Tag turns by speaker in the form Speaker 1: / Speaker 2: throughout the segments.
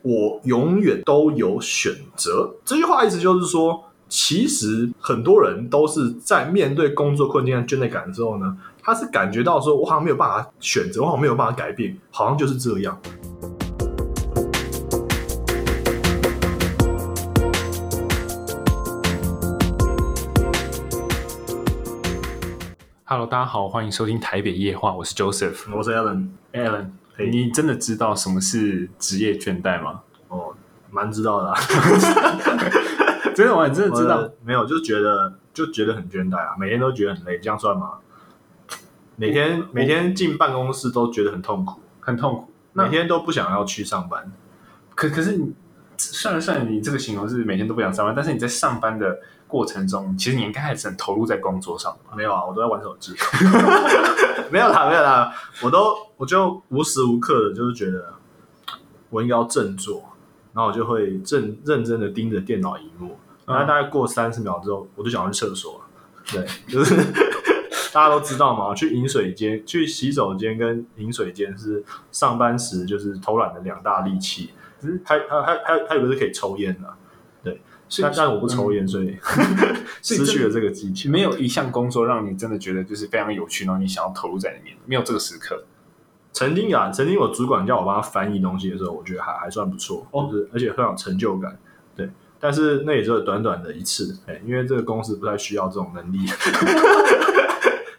Speaker 1: 我永远都有选择。这句话意思就是说，其实很多人都是在面对工作困境和倦怠感之后呢，他是感觉到说，我好像没有办法选择，我好像没有办法改变，好像就是这样。
Speaker 2: Hello，大家好，欢迎收听台北夜话，我是 Joseph
Speaker 1: 我是 Alan，
Speaker 2: Alan。
Speaker 1: 嘿
Speaker 2: 你真的知道什么是职业倦怠吗？
Speaker 1: 哦，蛮知道的、 啊，
Speaker 2: 真的吗？你真的知道？
Speaker 1: 我没有？就觉得就觉得很倦怠啊，每天都觉得很累，这样算吗？每天每天进办公室都觉得很痛苦，
Speaker 2: 很痛苦。那
Speaker 1: 每天都不想要去上班。
Speaker 2: 可可是你算了算了，你这个形容是每天都不想上班，但是你在上班的过程中，其实你应该还是很投入在工作上吧？
Speaker 1: 没有啊，我都在玩手机。 没有啦，没有啦，我都我就无时无刻的，就是觉得我应该要振作，然后我就会正认真的盯着电脑荧幕，然
Speaker 2: 嗯
Speaker 1: 后大概过三十秒之后，我就想要去厕所了。对， 就是大家都知道嘛，去饮水间、去洗手间跟饮水间是上班时就是偷懒的两大利器
Speaker 2: 嗯。
Speaker 1: 还还还还还有一个是可以抽烟的、对，
Speaker 2: 所以嗯
Speaker 1: 但但我不抽烟，所以
Speaker 2: 所以这
Speaker 1: 失去了这个技巧。
Speaker 2: 没有一项工作让你真的觉得就是非常有趣，然后你想要投入在里面，没有这个时刻。
Speaker 1: 曾经啊，曾经我主管叫我帮他翻译东西的时候，我觉得还还算不错，就是而且很有成就感。对，但是那也只有短短的一次，哎、因为这个公司不太需要这种能力，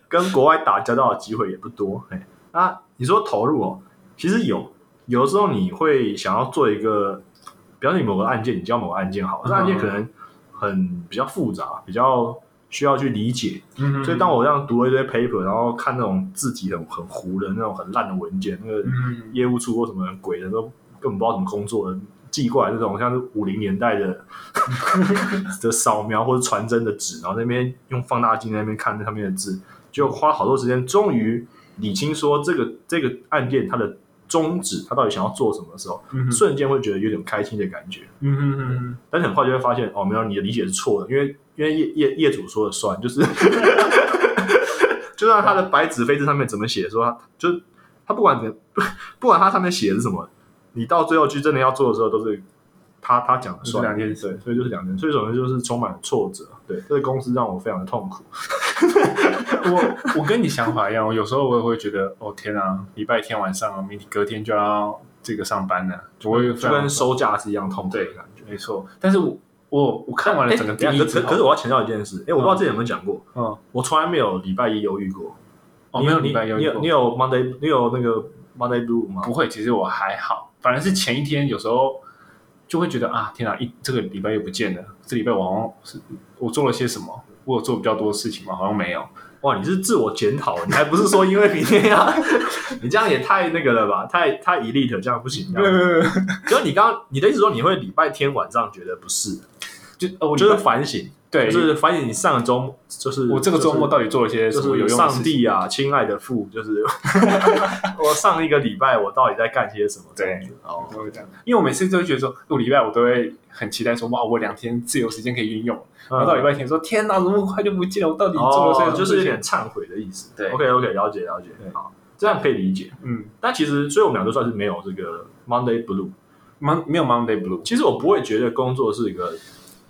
Speaker 1: 跟国外打交道的机会也不多。哎、那你说投入哦，其实有，有的时候你会想要做一个，比方说你某个案件，你教某个案件好了，这案件可能很比较复杂，比较需要去理解，
Speaker 2: 嗯
Speaker 1: 所以当我这样读了一堆 paper，然后看那种字体很很糊的那种很烂的文件，那个
Speaker 2: 嗯
Speaker 1: 业务处或什么鬼的都根本不知道怎么工作的，寄过来这种像是五零年代的 的扫描或者传真的纸，然后那边用放大镜在那边看那上面的字，就花好多时间，终于理清说这个这个案件它的宗旨，它到底想要做什么的时候，
Speaker 2: 嗯
Speaker 1: 瞬间会觉得有点开心的感觉。
Speaker 2: 嗯嗯嗯，
Speaker 1: 但是很快就会发现，哦，没有，你的理解是错的，因为因为业业业主说了算， 就是就算他的白纸黑字上面怎么写，说他就是他不管怎不管他上面写的是什么，你到最后去真的要做的时候，都是他他讲的算，
Speaker 2: 就是两件事
Speaker 1: 对，所以就是两件事，所以总之就是充满了挫折，对，这个公司让我非常的痛苦，
Speaker 2: 我我跟你想法一样，我有时候我也会觉得，哦天啊，礼拜天晚上，明天隔天就要这个上班了，我会非
Speaker 1: 嗯就
Speaker 2: 常
Speaker 1: 跟收假是一样痛苦的
Speaker 2: 对
Speaker 1: 感觉。
Speaker 2: 没错，但是我我我看完了
Speaker 1: 哎
Speaker 2: 整个第
Speaker 1: 等一
Speaker 2: 一
Speaker 1: 下可
Speaker 2: 之
Speaker 1: 可可是
Speaker 2: 后，
Speaker 1: 我要强调一件事，哎、我不知道之前有没有讲过，
Speaker 2: 嗯，
Speaker 1: 我从来没有礼拜一忧郁过。
Speaker 2: 哦，
Speaker 1: 你
Speaker 2: 没有
Speaker 1: 你
Speaker 2: 礼拜有
Speaker 1: 你有你有 Monday，你有那个 Monday Blue 吗？
Speaker 2: 不会，其实我还好，反而是前一天有时候就会觉得啊，天啊，一这个礼拜又不见了，这礼拜我好像是我做了些什么，我有做比较多的事情吗？好像没有，
Speaker 1: 哇，你是自我检讨，你还不是说因为明天要？ 你这样也太那个了吧，太太 elite，这样不行。这样 就是你刚刚你的意思说你会礼拜天晚上觉得不是，
Speaker 2: 就呃我
Speaker 1: 就
Speaker 2: 觉
Speaker 1: 是
Speaker 2: 得
Speaker 1: 反省，
Speaker 2: 对，
Speaker 1: 就是反省你上个周末，就是
Speaker 2: 我这个周末到底做了些
Speaker 1: 就
Speaker 2: 什么
Speaker 1: 是
Speaker 2: 有
Speaker 1: 就是
Speaker 2: 用的事
Speaker 1: 上
Speaker 2: 情？
Speaker 1: 帝啊，亲爱的父，就是 我上一个礼拜我到底在干些什么？
Speaker 2: 对
Speaker 1: 这样子哦，
Speaker 2: 都会这样，因为我每次都会觉得说，我礼拜我都会很期待说，哇，我两天自由时间可以运用。然后到礼拜天说，天哪，怎么那么快就不见了？我到底做了些什
Speaker 1: 哦，
Speaker 2: 么？
Speaker 1: 就是有点，忏悔的意思。
Speaker 2: 对
Speaker 1: ，OK OK，了解了解
Speaker 2: 对，
Speaker 1: 好，这样可以理解。
Speaker 2: 嗯，
Speaker 1: 但其实，所以我们俩都算是没有这个 Monday Blue。
Speaker 2: 忙没有 Monday Blue，
Speaker 1: 其实我不会觉得工作是一个，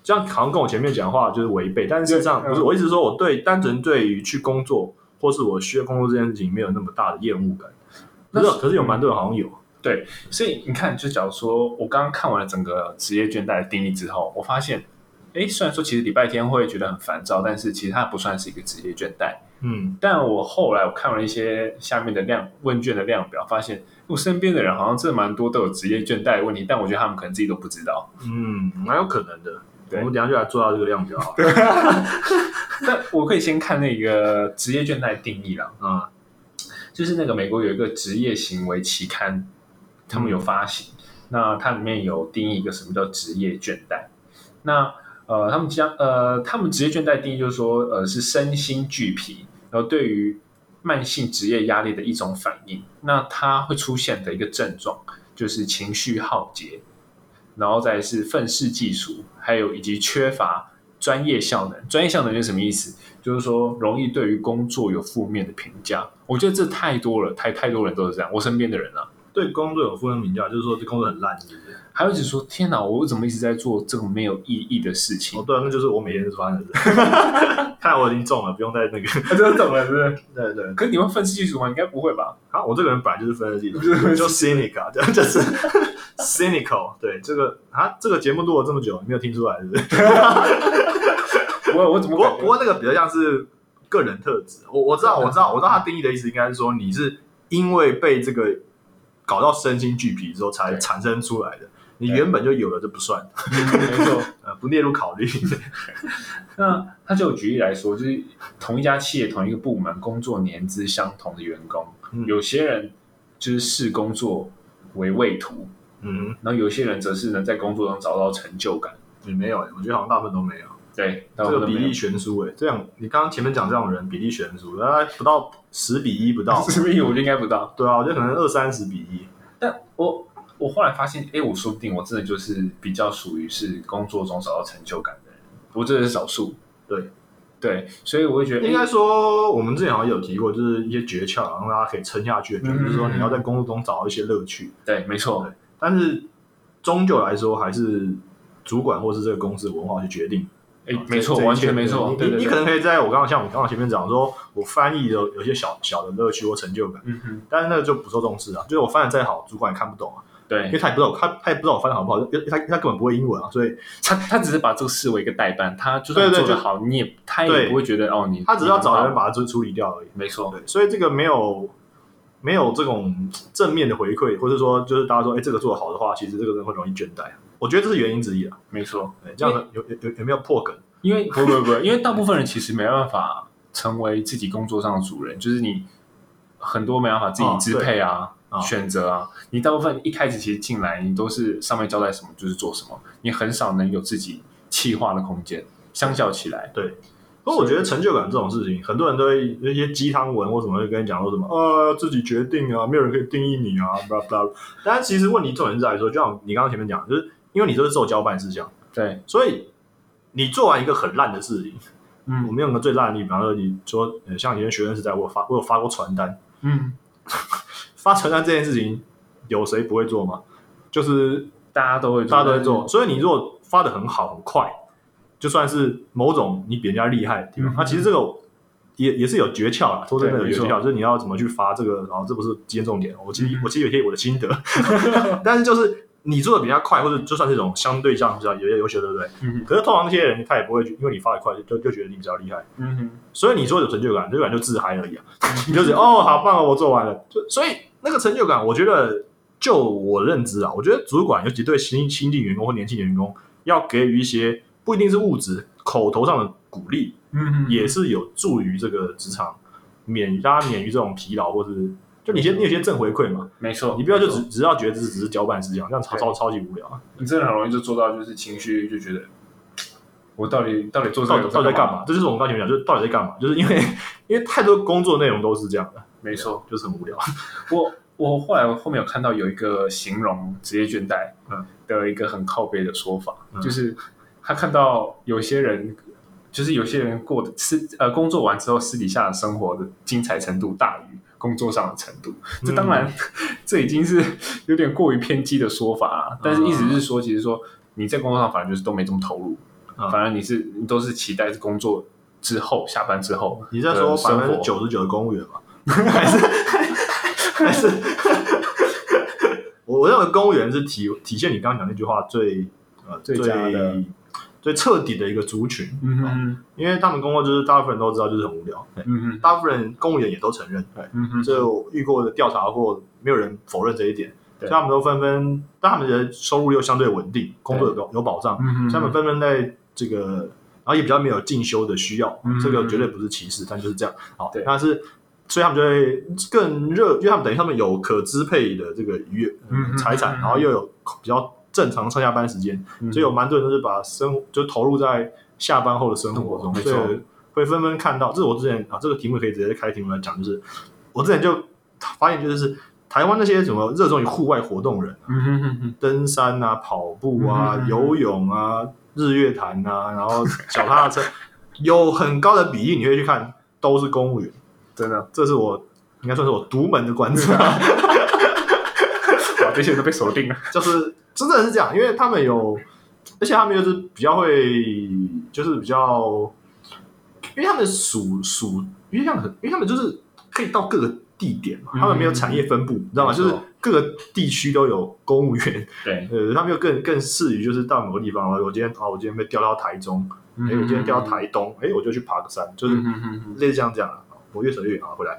Speaker 1: 这样好像跟我前面讲话就是违背，但是事实上
Speaker 2: 对嗯
Speaker 1: 不是。我一直说我对单纯对于去工作或是我需要工作这件事情没有那么大的厌恶感。
Speaker 2: 那
Speaker 1: 可
Speaker 2: 是
Speaker 1: 是可是有蛮多人好像有，
Speaker 2: 所以你看，就假如说我刚刚看完了整个职业倦怠的定义之后，我发现，哎，虽然说其实礼拜天会觉得很烦躁，但是其实它不算是一个职业倦怠。
Speaker 1: 嗯，
Speaker 2: 但我后来我看了一些下面的量问卷的量表，发现我身边的人好像真的蛮多都有职业倦怠的问题，但我觉得他们可能自己都不知道。
Speaker 1: 嗯，蛮有可能的。我
Speaker 2: 对
Speaker 1: 们等一下就来做到这个量表啊。
Speaker 2: 但我可以先看那个职业倦怠定义啦，
Speaker 1: 啊，
Speaker 2: 就是那个美国有一个职业行为期刊，他们有发行，那它里面有定义一个什么叫职业倦怠。那呃，他们将呃，他们职业倦怠定义就是说，呃，是身心俱疲，然后对于慢性职业压力的一种反应。那它会出现的一个症状就是情绪耗竭，然后再是愤世嫉俗，还有以及缺乏专业效能。专业效能是什么意思？就是说容易对于工作有负面的评价。我觉得这太多了，太太多人都是这样，我身边的人啊，
Speaker 1: 对工作有负面评价，就是说这工作很烂，是不是？
Speaker 2: 还有一直说天哪，我怎么一直在做这个没有意义的事情
Speaker 1: 哦，？对啊，那就是我每天都发生的事。 看来我已经中了，不用再那个。
Speaker 2: 啊、真的懂了，是不是？
Speaker 1: 对对，
Speaker 2: 可是你会分析技术吗？应该不会吧？
Speaker 1: 啊，我这个人本来就是分析技
Speaker 2: 就是
Speaker 1: 术，就 cynical，这 样就是 cynical。对， 这个啊，这个节目录了这么久，你没有听出来是不是？
Speaker 2: 我我怎
Speaker 1: 不过不
Speaker 2: 么感觉？
Speaker 1: 过那个比较像是个人特质，我我知道我知道我知道他定义的意思应该是说你是因为被这个搞到身心俱疲之后才
Speaker 2: 对
Speaker 1: 产生出来的，你
Speaker 2: 对
Speaker 1: 原本就有了这不算，
Speaker 2: 没错。
Speaker 1: 呃，不列入考虑。
Speaker 2: 那他就举例来说，就是同一家企业、同一个部门工作年资相同的员工，
Speaker 1: 嗯
Speaker 2: 有些人就是视工作为畏途，
Speaker 1: 嗯，
Speaker 2: 然后有些人则是能在工作中找到成就感。
Speaker 1: 也没有欸，我觉得好像大部分都没有。
Speaker 2: 对，
Speaker 1: 这
Speaker 2: 那我
Speaker 1: 个
Speaker 2: 们
Speaker 1: 比
Speaker 2: 没有 ，
Speaker 1: 例悬殊诶、欸这样你刚刚前面讲这种人比例悬殊，大概不到十比一不 到
Speaker 2: 是不是我就应该不到？
Speaker 1: 对啊，我觉得可能二三十比一。
Speaker 2: 但我我后来发现，哎，我说不定我真的就是比较属于是工作中找到成就感的人，不过这是少数。
Speaker 1: 对
Speaker 2: 对，所以我会觉得，
Speaker 1: 应该
Speaker 2: 哎，
Speaker 1: 说，我们之前好像有提过，就是一些诀窍，让大家可以撑下去的，
Speaker 2: 嗯
Speaker 1: 就是说你要在工作中找到一些乐趣。
Speaker 2: 对，没错，
Speaker 1: 但是终究来说，还是主管或是这个公司文化去决定。
Speaker 2: 哎
Speaker 1: 啊，
Speaker 2: 没错，
Speaker 1: 这
Speaker 2: 完全没
Speaker 1: 这
Speaker 2: 错
Speaker 1: 一，切
Speaker 2: 对
Speaker 1: 你
Speaker 2: 对
Speaker 1: 你
Speaker 2: 对
Speaker 1: 可能可以在我刚刚像我刚刚前面讲说，我翻译的有些小小的乐趣或成就感，
Speaker 2: 嗯哼，
Speaker 1: 但是那个就不受重视啊。就是我翻的再好，主管也看不懂啊，因为
Speaker 2: 对
Speaker 1: 他也不知道他他也不知道我翻的好不好，因为他他根本不会英文啊，所以
Speaker 2: 他，他只是把这个视为一个代办，他就算
Speaker 1: 对对
Speaker 2: 做得
Speaker 1: 就
Speaker 2: 好，你也他也
Speaker 1: 对
Speaker 2: 不会觉得哦，你
Speaker 1: 他只是要找人，
Speaker 2: 你很好
Speaker 1: 把它处处理掉而已。
Speaker 2: 没错，
Speaker 1: 对，所以这个没有没有这种正面的回馈，或者说就是大家说，哎，这个做得好的话，其实这个人会容易倦怠。啊我觉得这是原因之一啊。
Speaker 2: 没错，
Speaker 1: 对，这样的有有有有没有破梗？
Speaker 2: 因为不不不，因为大部分人其实没办法成为自己工作上的主人，就是你很多没办法自己支配啊、
Speaker 1: 哦对啊
Speaker 2: 选择啊。你大部分一开始其实进来，你都是上面交代什么就是做什么，你很少能有自己气化的空间。相较起来，
Speaker 1: 不过我觉得成就感这种事情，很多人都会那些鸡汤文或什么会跟你讲说什么，呃，自己决定啊，没有人可以定义你啊，blah blah。但其实问题重点是来说，就像你刚刚前面讲，就是因为你都是受交办事项，
Speaker 2: 对，
Speaker 1: 所以你做完一个很烂的事情，我
Speaker 2: 嗯
Speaker 1: 们用个最烂的例子，比方说你说，呃，像以前学生时代，我有发我有发过传单，
Speaker 2: 嗯，
Speaker 1: 发传单这件事情，有谁不会做吗？就是
Speaker 2: 大家都会，
Speaker 1: 大家都会
Speaker 2: 嗯
Speaker 1: 做，，所以你如果发的很好很快，就算是某种你比人家厉害的地方，
Speaker 2: 嗯
Speaker 1: 那、其实这个也也是有诀窍啦。说真的有
Speaker 2: 对没
Speaker 1: 诀
Speaker 2: 错
Speaker 1: 窍，就是你要怎么去发这个，然后这不是今天重点。我其实、
Speaker 2: 嗯
Speaker 1: 我其实有一些我的心得， 但是就是你做的比较快，或者就算是一种相对上比较有些优秀，对不对？
Speaker 2: 嗯
Speaker 1: 可是通常那些人他也不会去，因为你发的快，就就就觉得你比较厉害。
Speaker 2: 嗯哼，
Speaker 1: 所以你说有成就感，成就感就自嗨而已啊，你就是哦，好棒哦，我做完了。就所以那个成就感，我觉得就我认知啊，我觉得主管尤其对新新进员工或年轻员工，要给予一些不一定是物质口头上的鼓励，
Speaker 2: 嗯哼，
Speaker 1: 也是有助于这个职场免大家免于这种疲劳，或是就你先你有些正回馈嘛，
Speaker 2: 没错，
Speaker 1: 你不要就
Speaker 2: 没错
Speaker 1: 只只要觉得这只是交办事项，这样超超超级无聊啊。
Speaker 2: 你真的很容易就做到，就是情绪就觉得我到底到底做这
Speaker 1: 到
Speaker 2: 个
Speaker 1: 底到底在干
Speaker 2: 嘛？
Speaker 1: 嘛？这就是我们刚才讲，就是到底在干嘛？就是因为因为太多工作内容都是这样的，
Speaker 2: 没错，
Speaker 1: 就是很无聊。
Speaker 2: 我我后来后面有看到有一个形容职业倦怠
Speaker 1: 嗯
Speaker 2: 的一个很靠背的说法，
Speaker 1: 嗯
Speaker 2: 就是他看到有些人，就是有些人过的私呃工作完之后私底下的生活的精彩程度大于工作上的程度，这当
Speaker 1: 嗯
Speaker 2: 然、 这已经是有点过于偏激的说法啊，但是意思是说，其实说你在工作上反正就是都没这么投入，
Speaker 1: 嗯
Speaker 2: 反正你是你都是期待是工作之后下班之后
Speaker 1: 你在说
Speaker 2: 的
Speaker 1: 百
Speaker 2: 生
Speaker 1: 分之
Speaker 2: 活。
Speaker 1: 九十九的公务员 吧？还是还是？我我认为公务员是体体现你刚刚讲那句话最呃
Speaker 2: 最佳的
Speaker 1: 最彻底的一个族群，
Speaker 2: 嗯哼，
Speaker 1: 因为他们工作就是大部分人都知道就是很无聊，对
Speaker 2: 嗯哼，
Speaker 1: 大部分人公务员也都承认，对，
Speaker 2: 嗯哼，
Speaker 1: 这我遇过的调查或没有人否认这一点，
Speaker 2: 对
Speaker 1: 所以他们都纷纷，但他们的收入又相对稳定，工作有有保障，
Speaker 2: 嗯哼，
Speaker 1: 他们纷纷在这个，然后也比较没有进修的需要，
Speaker 2: 嗯
Speaker 1: 这个绝对不是歧视，但就是这样。好
Speaker 2: 对，
Speaker 1: 但是所以他们就会更热，因为他们等于他们有可支配的这个余呃
Speaker 2: 嗯
Speaker 1: 财产，
Speaker 2: 嗯
Speaker 1: 然后又有比较正常上下班时间，所以有蛮多人都是把生就投入在下班后的生活中，
Speaker 2: 没错
Speaker 1: 所以会纷纷看到。这是我之前啊，这个题目可以直接开题目来讲，就是我之前就发现，就是台湾那些什么热衷于户外活动的人。
Speaker 2: 嗯哼哼哼，
Speaker 1: 登山啊、跑步啊、
Speaker 2: 嗯
Speaker 1: 游泳啊、日月潭啊，然后脚踏车， 有很高的比例，你会去看，都是公务员。
Speaker 2: 真的，啊
Speaker 1: 这是我应该算是我独门的观察。
Speaker 2: 这些人都被锁定了。
Speaker 1: 就是真的是这样，因为他们有，而且他们又是比较会，就是比较，因为他们属属，因为他们很，因为他们就是可以到各个地点嘛，
Speaker 2: 嗯
Speaker 1: 他们没有产业分布，你知道吗？
Speaker 2: 没
Speaker 1: 就
Speaker 2: 错
Speaker 1: 是各个地区都有公务员，
Speaker 2: 对，
Speaker 1: 呃，他们又更更适于就是到某个地方，我今天哦，我今天被调到台中，
Speaker 2: 嗯
Speaker 1: 哎、我今天调到台东，哎、我就去爬个山，就是
Speaker 2: 嗯。嗯嗯嗯
Speaker 1: 类似像这样啊，我越扯越远啊，回来，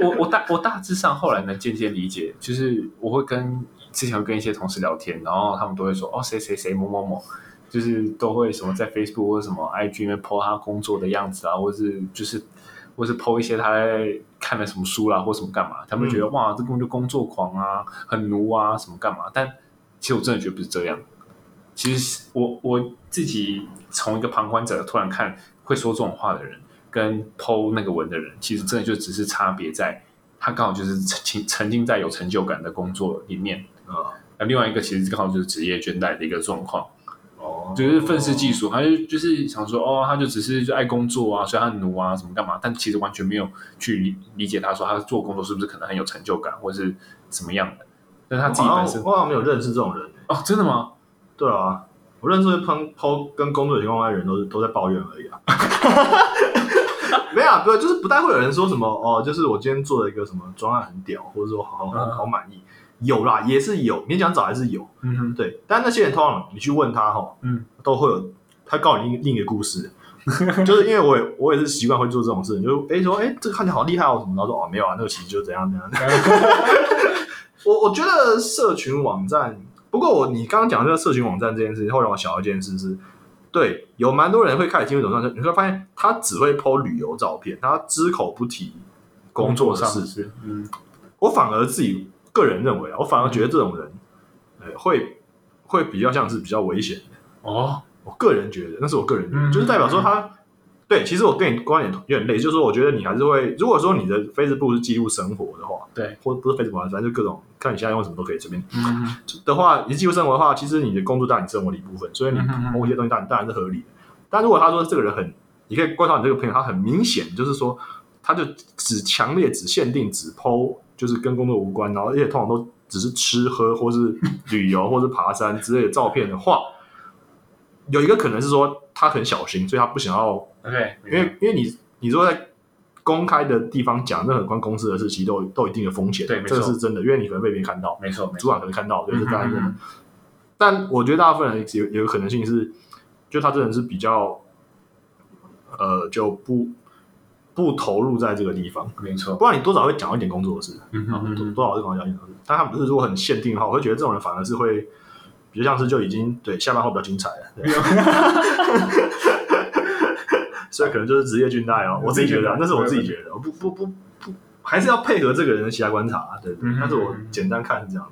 Speaker 2: 我我大我大致上后来能间接理解，就是我会跟之前会跟一些同事聊天，然后他们都会说哦谁谁谁某某某，就是都会什么在 Facebook 或者什么 IG 里面 po 他工作的样子啊，或是就是或是 po 一些他在看了什么书啦、或什么干嘛，他们就觉得、哇这根本就工作狂啊，很奴啊什么干嘛，但其实我真的觉得不是这样。其实我我自己从一个旁观者突然看会说这种话的人，跟剖那个文的人，其实真的就只是差别在，他刚好就是沉沉浸在有成就感的工作里面，
Speaker 1: 啊、
Speaker 2: 那另外一个其实刚好就是职业倦怠的一个状况，
Speaker 1: 哦
Speaker 2: 就是愤世嫉俗，他就就是想说哦，他就只是就爱工作啊，所以他很奴啊，什么干嘛，但其实完全没有去理理解他说他做工作是不是可能很有成就感，或是怎么样的，但是他自己
Speaker 1: 我好
Speaker 2: 本
Speaker 1: 像
Speaker 2: 身
Speaker 1: 我好像没有认识这种人，欸
Speaker 2: 哦，真的吗？
Speaker 1: 对啊，我认识会喷抛跟工作有关的人都是都在抱怨而已啊。 没有、啊，对，就是不太会有人说什么哦，就是我今天做了一个什么专案很屌，或者说好好好好满意。有啦，也是有，勉强找还是有。
Speaker 2: 嗯哼，
Speaker 1: 对，但那些人通常你去问他哈，
Speaker 2: 嗯，
Speaker 1: 都会有他告诉你另另一个故事， 就是因为我也我也是习惯会做这种事，就是哎说哎这个看起来好厉害哦什么，然后说哦没有啊，那个其实就怎样怎样。我我觉得社群网站，不过我你刚刚讲这个社群网站这件事情，会让我想到一件事是，对，有蛮多人会开始进入这种社群，你会发现他只会 PO 旅游照片，他只口不提工作的
Speaker 2: 上
Speaker 1: 事。
Speaker 2: 是嗯
Speaker 1: 我反而自己个人认为啊，我反而觉得这种人，呃，会会比较像是比较危险。
Speaker 2: 哦
Speaker 1: 我个人觉得，那是我个人觉得，
Speaker 2: 嗯
Speaker 1: 就是代表说他对，其实我跟你观点有点类似，就是说我觉得你还是会，如果说你的 Facebook 是记录生活的话，
Speaker 2: 对，
Speaker 1: 或不是 Facebook，反正就各种看你现在用什么都可以随便
Speaker 2: 嗯哼
Speaker 1: 的话，你记录生活的话，其实你的工作当然你生活的一部分，所以你
Speaker 2: 嗯哼嗯
Speaker 1: 某些东西当然当然是合理的。但如果他说这个人很，你可以观察你这个朋友，他很明显就是说，他就只强烈只限定只剖，就是跟工作无关，然后而且通常都只是吃喝或是旅游或是爬山之类的照片的话，有一个可能是说他很小心，所以他不想要，
Speaker 2: ，OK，
Speaker 1: 因为因为你你说在。公开的地方讲任何关公司的事，其实都有都有一定的风险，
Speaker 2: 对没
Speaker 1: 这个
Speaker 2: 错
Speaker 1: 是真的，因为你可能被别人看到，
Speaker 2: 没错没
Speaker 1: 主
Speaker 2: 错，
Speaker 1: 管可能看到，对，这
Speaker 2: 嗯
Speaker 1: 当然
Speaker 2: 哼
Speaker 1: 是
Speaker 2: 嗯
Speaker 1: 真的
Speaker 2: 哼。
Speaker 1: 但我觉得大部分人有有可能性是，就他真的是比较，呃，就不不投入在这个地方，
Speaker 2: 没错，
Speaker 1: 不然你多少会讲一点工作的事，
Speaker 2: 嗯
Speaker 1: 啊
Speaker 2: 哼嗯
Speaker 1: 多
Speaker 2: 哼
Speaker 1: 多少会讲一点工作的事。但他们是如果很限定的话，我会觉得这种人反而是会，比如像是就已经对下班后比较精彩了，对 所以可能就是职业倦怠
Speaker 2: 嗯
Speaker 1: 哦，我自己觉得啊，那是我自己觉得，我不不不不，还是要配合这个人的其他观察，啊对对
Speaker 2: 嗯。
Speaker 1: 但是我简单看是这样，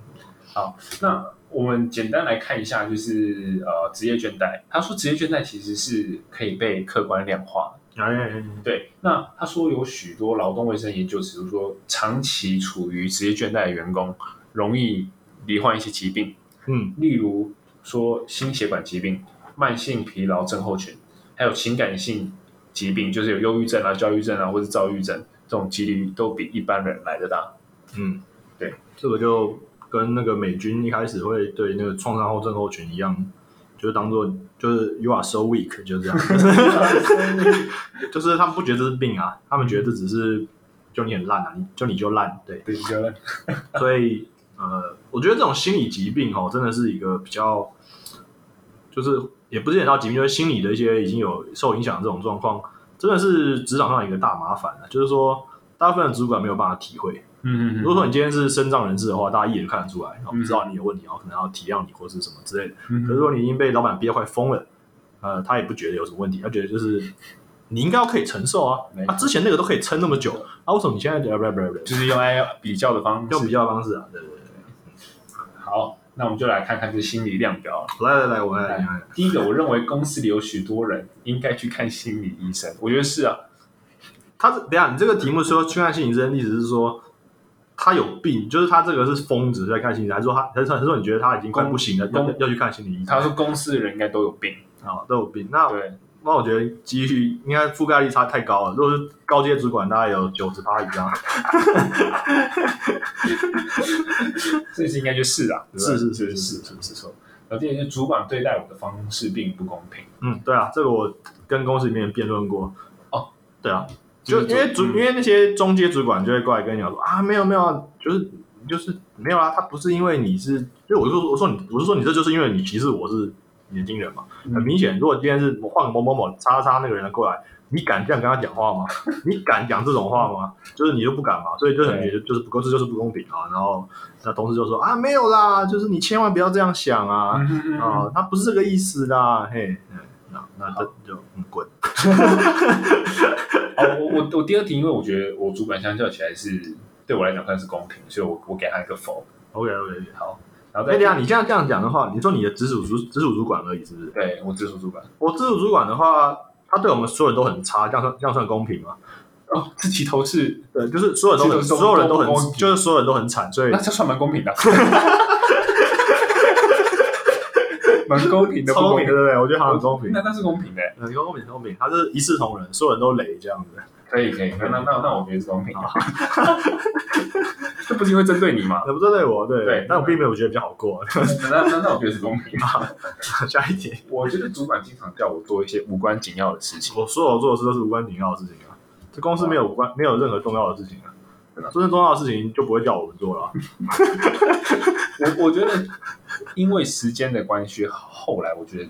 Speaker 2: 那我们简单来看一下，就是呃，职业倦怠。他说，职业倦怠其实是可以被客观量化的。
Speaker 1: 哎哎，哎
Speaker 2: 对，那他说有许多劳动卫生研究指出说，长期处于职业倦怠的员工容易罹患一些疾病，
Speaker 1: 嗯。
Speaker 2: 例如说心血管疾病、慢性疲劳症候群，还有情感性疾病，就是有忧郁症啊、焦虑症啊，或是躁郁症，这种几率都比一般人来的大。
Speaker 1: 嗯，
Speaker 2: 对，
Speaker 1: 这个就跟那个美军一开始会对那个创伤后症候群一样，就是当做就是 you are so weak，就是 这样，就是他们不觉得这是病啊，他们觉得这只是就你很烂啊，你就你就烂，对，
Speaker 2: 对，教练，
Speaker 1: 所以呃，我觉得这种心理疾病哦，真的是一个比较，就是也不是人道疾病，就是心理的一些已经有受影响的这种状况，真的是职场上一个大麻烦了、就是说，大部分的主管没有办法体会。
Speaker 2: 嗯嗯嗯，
Speaker 1: 如果说你今天是身障人士的话，大家一眼就看得出来，然后
Speaker 2: 嗯
Speaker 1: 知道你有问题，然后可能要体谅你或是什么之类的。
Speaker 2: 嗯
Speaker 1: 可是如果你已经被老板憋快疯了，呃，他也不觉得有什么问题，他觉得就是你应该要可以承受啊
Speaker 2: 没，错
Speaker 1: 啊，之前那个都可以撑那么久，啊，为什么你现在不不不不，
Speaker 2: 就是用来比较的方
Speaker 1: 用比
Speaker 2: 式。
Speaker 1: 较方式啊？对对对，
Speaker 2: 好，那我们就来看看这心理量表。
Speaker 1: 来来来，我们来讲，
Speaker 2: 第一个，我认为公司里有许多人应该去看心理医生。我觉得是啊，
Speaker 1: 他是等一下你这个题目说去看心理医生，意思是说。他有病，就是他这个是疯子在看心理医生，还是说他，还是说你觉得他已经快不行了，
Speaker 2: 公
Speaker 1: 要要去看心理医生？
Speaker 2: 他说公司的人应该都有病。
Speaker 1: 啊、都有病。那
Speaker 2: 对，
Speaker 1: 那我觉得机遇应该覆盖率差太高了。如果是高阶主管，大概有九十趴以上。
Speaker 2: 这是应该就是啊，对吧
Speaker 1: 是是是
Speaker 2: 就是是是是错。然后第二就是主管对待我的方式并不公平。
Speaker 1: 嗯，对啊，这个我跟公司里面辩论过。
Speaker 2: 哦，
Speaker 1: 对啊，
Speaker 2: 就
Speaker 1: 就是因为
Speaker 2: 主
Speaker 1: 主、
Speaker 2: 嗯
Speaker 1: 因为那些中阶主管就会过来跟你讲说啊，没有没有啊，就是就是没有啊，他不是因为你是，就我就说我说你我是说你这就是因为你歧视我是年轻人嘛，很明显，如果今天是换某某某叉叉那个人过来。你敢这样跟他讲话吗？ 你敢讲这种话吗？就是你就不敢嘛，所以就很
Speaker 2: 对
Speaker 1: 觉得就是不够，这就是不公平啊。然后那同事就说啊，没有啦，就是你千万不要这样想啊，
Speaker 2: 嗯嗯嗯
Speaker 1: 哦，他不是这个意思啦，嘿，嗯那那这就嗯滚，
Speaker 2: 哦，我我我第二题，因为我觉得我主管相较起来是对我来讲算是公平，所以我我给他一个否。
Speaker 1: OK OK。
Speaker 2: 好，然后
Speaker 1: 哎，
Speaker 2: 再
Speaker 1: 等一下你这样这样讲的话，你说你的直属主直属主管而已，是不是？
Speaker 2: 对我直属主管
Speaker 1: 我直属主管的话，他对我们所有人都很差，这样算这样算公平吗？
Speaker 2: 哦，这题头是
Speaker 1: 对，就是所有人都很
Speaker 2: 其实都
Speaker 1: 所有人都
Speaker 2: 都不
Speaker 1: 很
Speaker 2: 公平
Speaker 1: 就是所有人都很惨，所以
Speaker 2: 那这算蛮公 平的，蛮公平的，
Speaker 1: 超
Speaker 2: 不
Speaker 1: 公
Speaker 2: 公
Speaker 1: 平的，对不对？我觉得他很公平，
Speaker 2: 那那是公平的，
Speaker 1: 很公平，很公平，他是一视同仁，所有人都雷这样子。
Speaker 2: 可以可以，那那那那我觉得是公平的， 这不是因为针对你吗？
Speaker 1: 那不针对我，对
Speaker 2: 对
Speaker 1: 但我并没有觉得比较好过。
Speaker 2: 那那那我觉得是公平的。
Speaker 1: 下一题，
Speaker 2: 我觉得主管经常叫我做一些无关紧要的事情，
Speaker 1: 我所有做的事都是无关紧要的事情啊。这公司没有无关，没有任何重要的事情啊
Speaker 2: 对吧。
Speaker 1: 真正重要的事情就不会叫我们做了啊。
Speaker 2: 我我觉得因为时间的关系，后来我觉得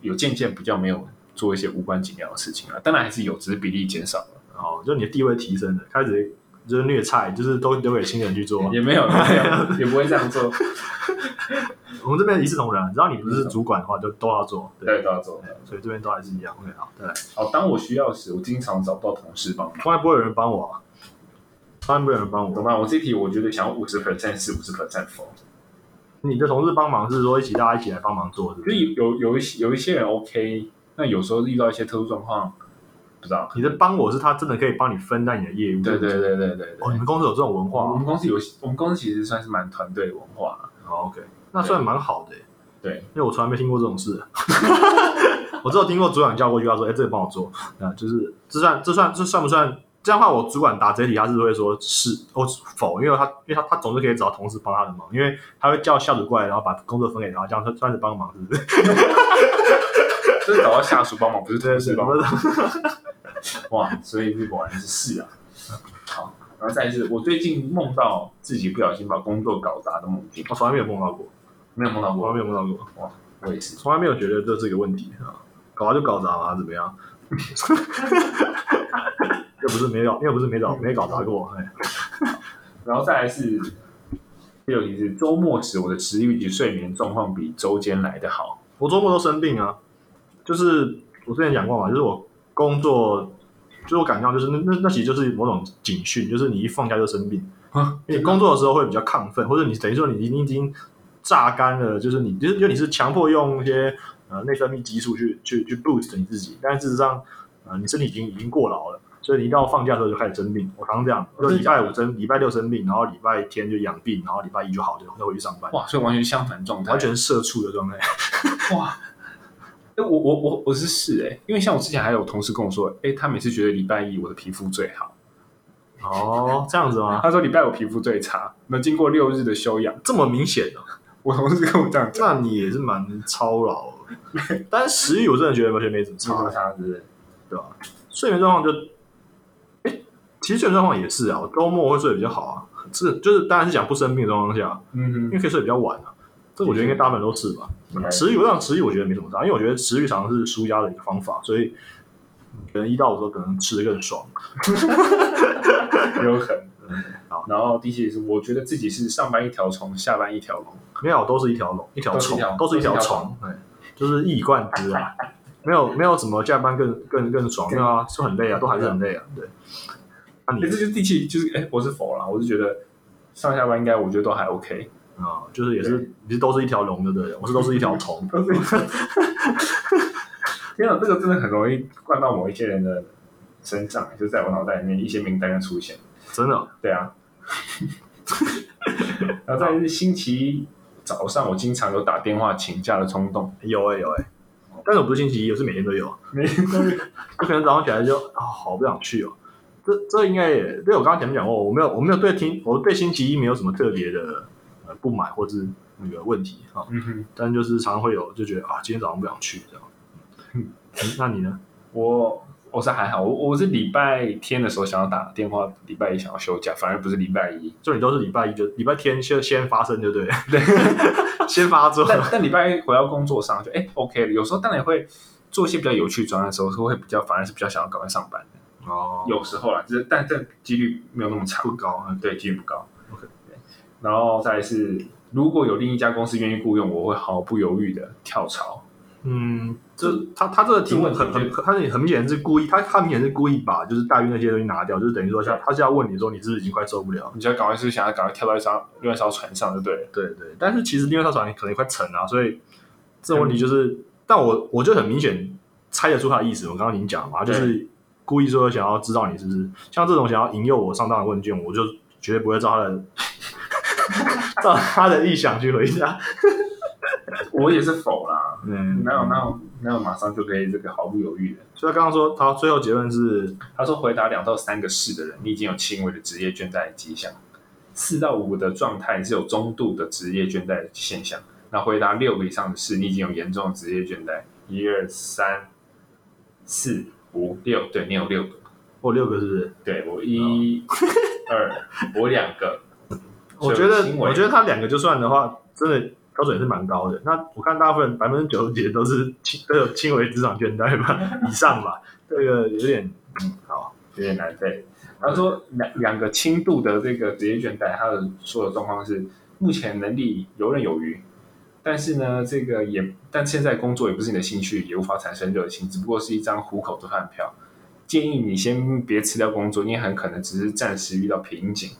Speaker 2: 有渐渐比较没有做一些无关紧要的事情了，当然还是有，只是比例减少了，
Speaker 1: 然后就你的地位提升了，开始就是虐菜，就是都留给新人去做。
Speaker 2: 也没有也没有也不会这样做，
Speaker 1: 我们这边一视同仁啊，只要你不是主管的话，就都要做。
Speaker 2: 对，都要做。
Speaker 1: 所以这边都还是一样。OK，好，对，
Speaker 2: 好，哦当我需要时，我经常找不到同事帮忙。
Speaker 1: 从来不会有人帮我啊，从来不会有人帮
Speaker 2: 怎么
Speaker 1: 我。
Speaker 2: 办？我这题我觉得想要五十 percent 是五十 percent 否，
Speaker 1: 你的同事帮忙是说一起大家一起来帮忙做，是不？
Speaker 2: 就是是有有一些有一些人 OK，那有时候遇到一些特殊状况，不知道。
Speaker 1: 你的帮我是他真的可以帮你分担你的业务。
Speaker 2: 对对。对对对
Speaker 1: 哦，
Speaker 2: 对
Speaker 1: 你。们公司有这种文
Speaker 2: 哇，我
Speaker 1: 化啊
Speaker 2: 们公司有，我们公司其实算是蛮团队文化，
Speaker 1: o k 哦那算蛮好的欸。
Speaker 2: 嗯对，
Speaker 1: 因为我从来没听过这种 事。我只有听过主管叫过去，他说：“哎、这个帮我做。”啊，就是这算这算这算不算？这样的话，我主管答这一题，他是会说是哦否，因为他因为他他总是可以找同事帮他的忙，因为他会叫下属过来，然后把工作分给他，这样他算是帮忙，是不是？
Speaker 2: 就是找到下属帮忙，不是同事帮忙。
Speaker 1: 对
Speaker 2: 哇，所以这果然是是啊。 好，然后再来是，我最近梦到自己不小心把工作搞砸的梦境，
Speaker 1: 我从来没有梦到过，
Speaker 2: 没有梦到
Speaker 1: 从来
Speaker 2: 过，
Speaker 1: 没有梦到过，
Speaker 2: 我也是。
Speaker 1: 从来没有觉得这是一个问题啊，搞砸就搞砸嘛，怎么样？ 又不是没搞，又不是没搞没搞砸过，哎，
Speaker 2: 然后再来是第六题是周末时我的食欲及睡眠状况比周间来得好。
Speaker 1: 我周末都生病啊，就是我之前讲过嘛，就是我工作，就是我感觉到就是那那那其实就是某种警讯，就是你一放假就生病，
Speaker 2: 啊
Speaker 1: 因为你工作的时候会比较亢奋，或者你等于说你你已经榨干了，就是你就是因为你是强迫用一些呃内分泌激素去去去 boost 你自己，但事实上呃你身体已经已经过劳了。所以你一到放假的时候就开始生病，我常常这样，就
Speaker 2: 真的
Speaker 1: 礼
Speaker 2: 假的
Speaker 1: 拜五生，礼拜六生病，然后礼拜天就养病，然后礼拜一就好，就就回去上班，
Speaker 2: 哇，所以完全相反状态，
Speaker 1: 完全社畜的状态。
Speaker 2: 哇！哎，我我我我是是哎、因为像我之前还有同事跟我说，哎、他每次觉得礼拜一我的皮肤最好，
Speaker 1: 哦，这样子吗？
Speaker 2: 他说礼拜五皮肤最差。那经过六日的休养，
Speaker 1: 这么明显的、
Speaker 2: 我同事跟我这样讲，
Speaker 1: 那你也是蛮操劳的。但是食欲我真的觉得完全没怎么
Speaker 2: 差
Speaker 1: 差，
Speaker 2: 差之类。
Speaker 1: 对吧？睡眠状况就，哎，其实睡眠状况也是啊，我周末会睡得比较好啊。这就是当然是讲不生病的状况下，
Speaker 2: 嗯
Speaker 1: 因为可以睡得比较晚啊。这我觉得应该大部分都是吧。
Speaker 2: 哼，
Speaker 1: 食欲我想食欲我觉得没什么差，因为我觉得食欲常常是舒压的一个方法，所以可能一到五的时候可能吃的更爽。
Speaker 2: 有可能。嗯然后第七是，我觉得自己是上班一条虫，下班一条龙。
Speaker 1: 没有，都是一条龙，一条
Speaker 2: 都是一
Speaker 1: 虫
Speaker 2: 条，
Speaker 1: 都是一条
Speaker 2: 都是一条
Speaker 1: 虫，对，哎就是一以贯之啊。没有，没有什么加班更更更爽，
Speaker 2: 更
Speaker 1: 对啊，是很累啊，都还是很累啊，对。那
Speaker 2: 哎、
Speaker 1: 你
Speaker 2: 这就是第七，就是哎、我是否啦，我是觉得上下班应该我觉得都还 OK。
Speaker 1: 啊，就是也是，你是都是一条龙，对不对了？我是都是一条 虫，
Speaker 2: 天啊，这个真的很容易灌到某一些人的身上，就在我脑袋里面一些名单就出现。
Speaker 1: 真的。
Speaker 2: 对啊， 然后再来是星期一早上，我经常有打电话请假的冲动。
Speaker 1: 有哎、有哎、但是我不是星期一，我是每天都有，
Speaker 2: 没关系。
Speaker 1: 我可能早上起来就啊、好不想去哦。这这应该也，对我刚刚前面讲过，我没有我没有对听我对星期一没有什么特别的呃不满或是那个问题啊、
Speaker 2: 嗯哼，
Speaker 1: 但就是常常会有就觉得啊，今天早上不想去这样。嗯，那你呢？
Speaker 2: 我我是还好，我我是礼拜天的时候想要打电话，礼拜一想要休假，反而不是礼拜一。
Speaker 1: 就你都是礼拜一就礼拜天先先发生，对 不对？对，先发作。
Speaker 2: 但但礼拜一回到工作上就哎 OK 了，有时候当然也会做一些比较有趣的专案的时候，是会比较反而是比较想要赶快上班的。
Speaker 1: 哦，
Speaker 2: 有时候啦，只是但这几率没有那么长，
Speaker 1: 不高嗯
Speaker 2: 对，几率不高。
Speaker 1: OK
Speaker 2: 对然后再来是，如果有另一家公司愿意雇佣我，我会毫不犹豫的跳槽。
Speaker 1: 嗯，这他他这个题目很很，他很很明显是故意，他他明显是故意把就是大运那些东西拿掉，就是等于说他他是要问你说你是不是已经快受不了了？
Speaker 2: 你就要赶快是想要赶快跳到一艘另外一艘船上，就对了。
Speaker 1: 对对，但是其实另外一艘船可能也快沉了、啊所以这种问题就是，但我我就很明显猜得出他的意思。我刚刚已经讲了嘛，他就是故意说想要知道你是不是像这种想要引诱我上当的问卷，我就绝对不会照他的 照他的意想去回答。
Speaker 2: 我也是否啦，
Speaker 1: 嗯，
Speaker 2: 哪有哪有哪有马上就可以这个毫不犹豫的。
Speaker 1: 所以他刚刚说他最后结论是
Speaker 2: 他说，回答两到三个是的人，你已经有轻微的职业倦怠的迹象；四到五的状态是有中度的职业倦怠的现象。那回答六个以上的是，你已经有严重的职业倦怠。一二三四五六，对你有六个，
Speaker 1: 我哦六个是不是？
Speaker 2: 对我一、二，我两个。
Speaker 1: 我觉得我觉得
Speaker 2: 得
Speaker 1: 他两个就算的话，真的标准也是蛮高的。那我看大部分百分之九十几的都是轻都有轻微职场倦怠吧以上吧，这个有点嗯好。
Speaker 2: 有点难背。他说两两个轻度的这个职业倦怠，他的所有状况是目前能力游刃有余，但是呢，这个也但现在工作也不是你的兴趣，也无法产生热情，只不过是一张糊口的饭票。建议你先别辞掉工作，你也很可能只是暂时遇到瓶颈。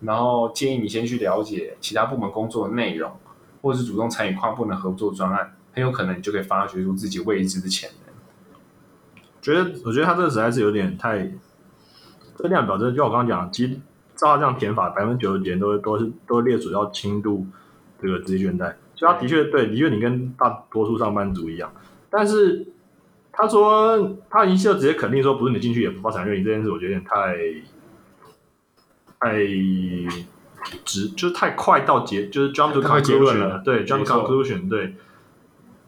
Speaker 2: 然后建议你先去了解其他部门工作的内容，或是主动参与跨部门合作专案，很有可能你就可以发掘出自己未知的潜能。
Speaker 1: 觉得我觉得他这个实在是有点太这量表真的，就我刚刚讲，其实照他这样填法，百分之九十几的人都是都是都会列属到轻度这个职业倦怠，所以他的确对，的确你跟大多数上班族一样，但是他说他一就直接肯定说不是你进去也不发展热情这件事，我觉得有点太太直，就是太快到结，就是 jump to
Speaker 2: 太快结论
Speaker 1: conclusion
Speaker 2: 了
Speaker 1: 了，对，jump to
Speaker 2: 没错
Speaker 1: conclusion 对。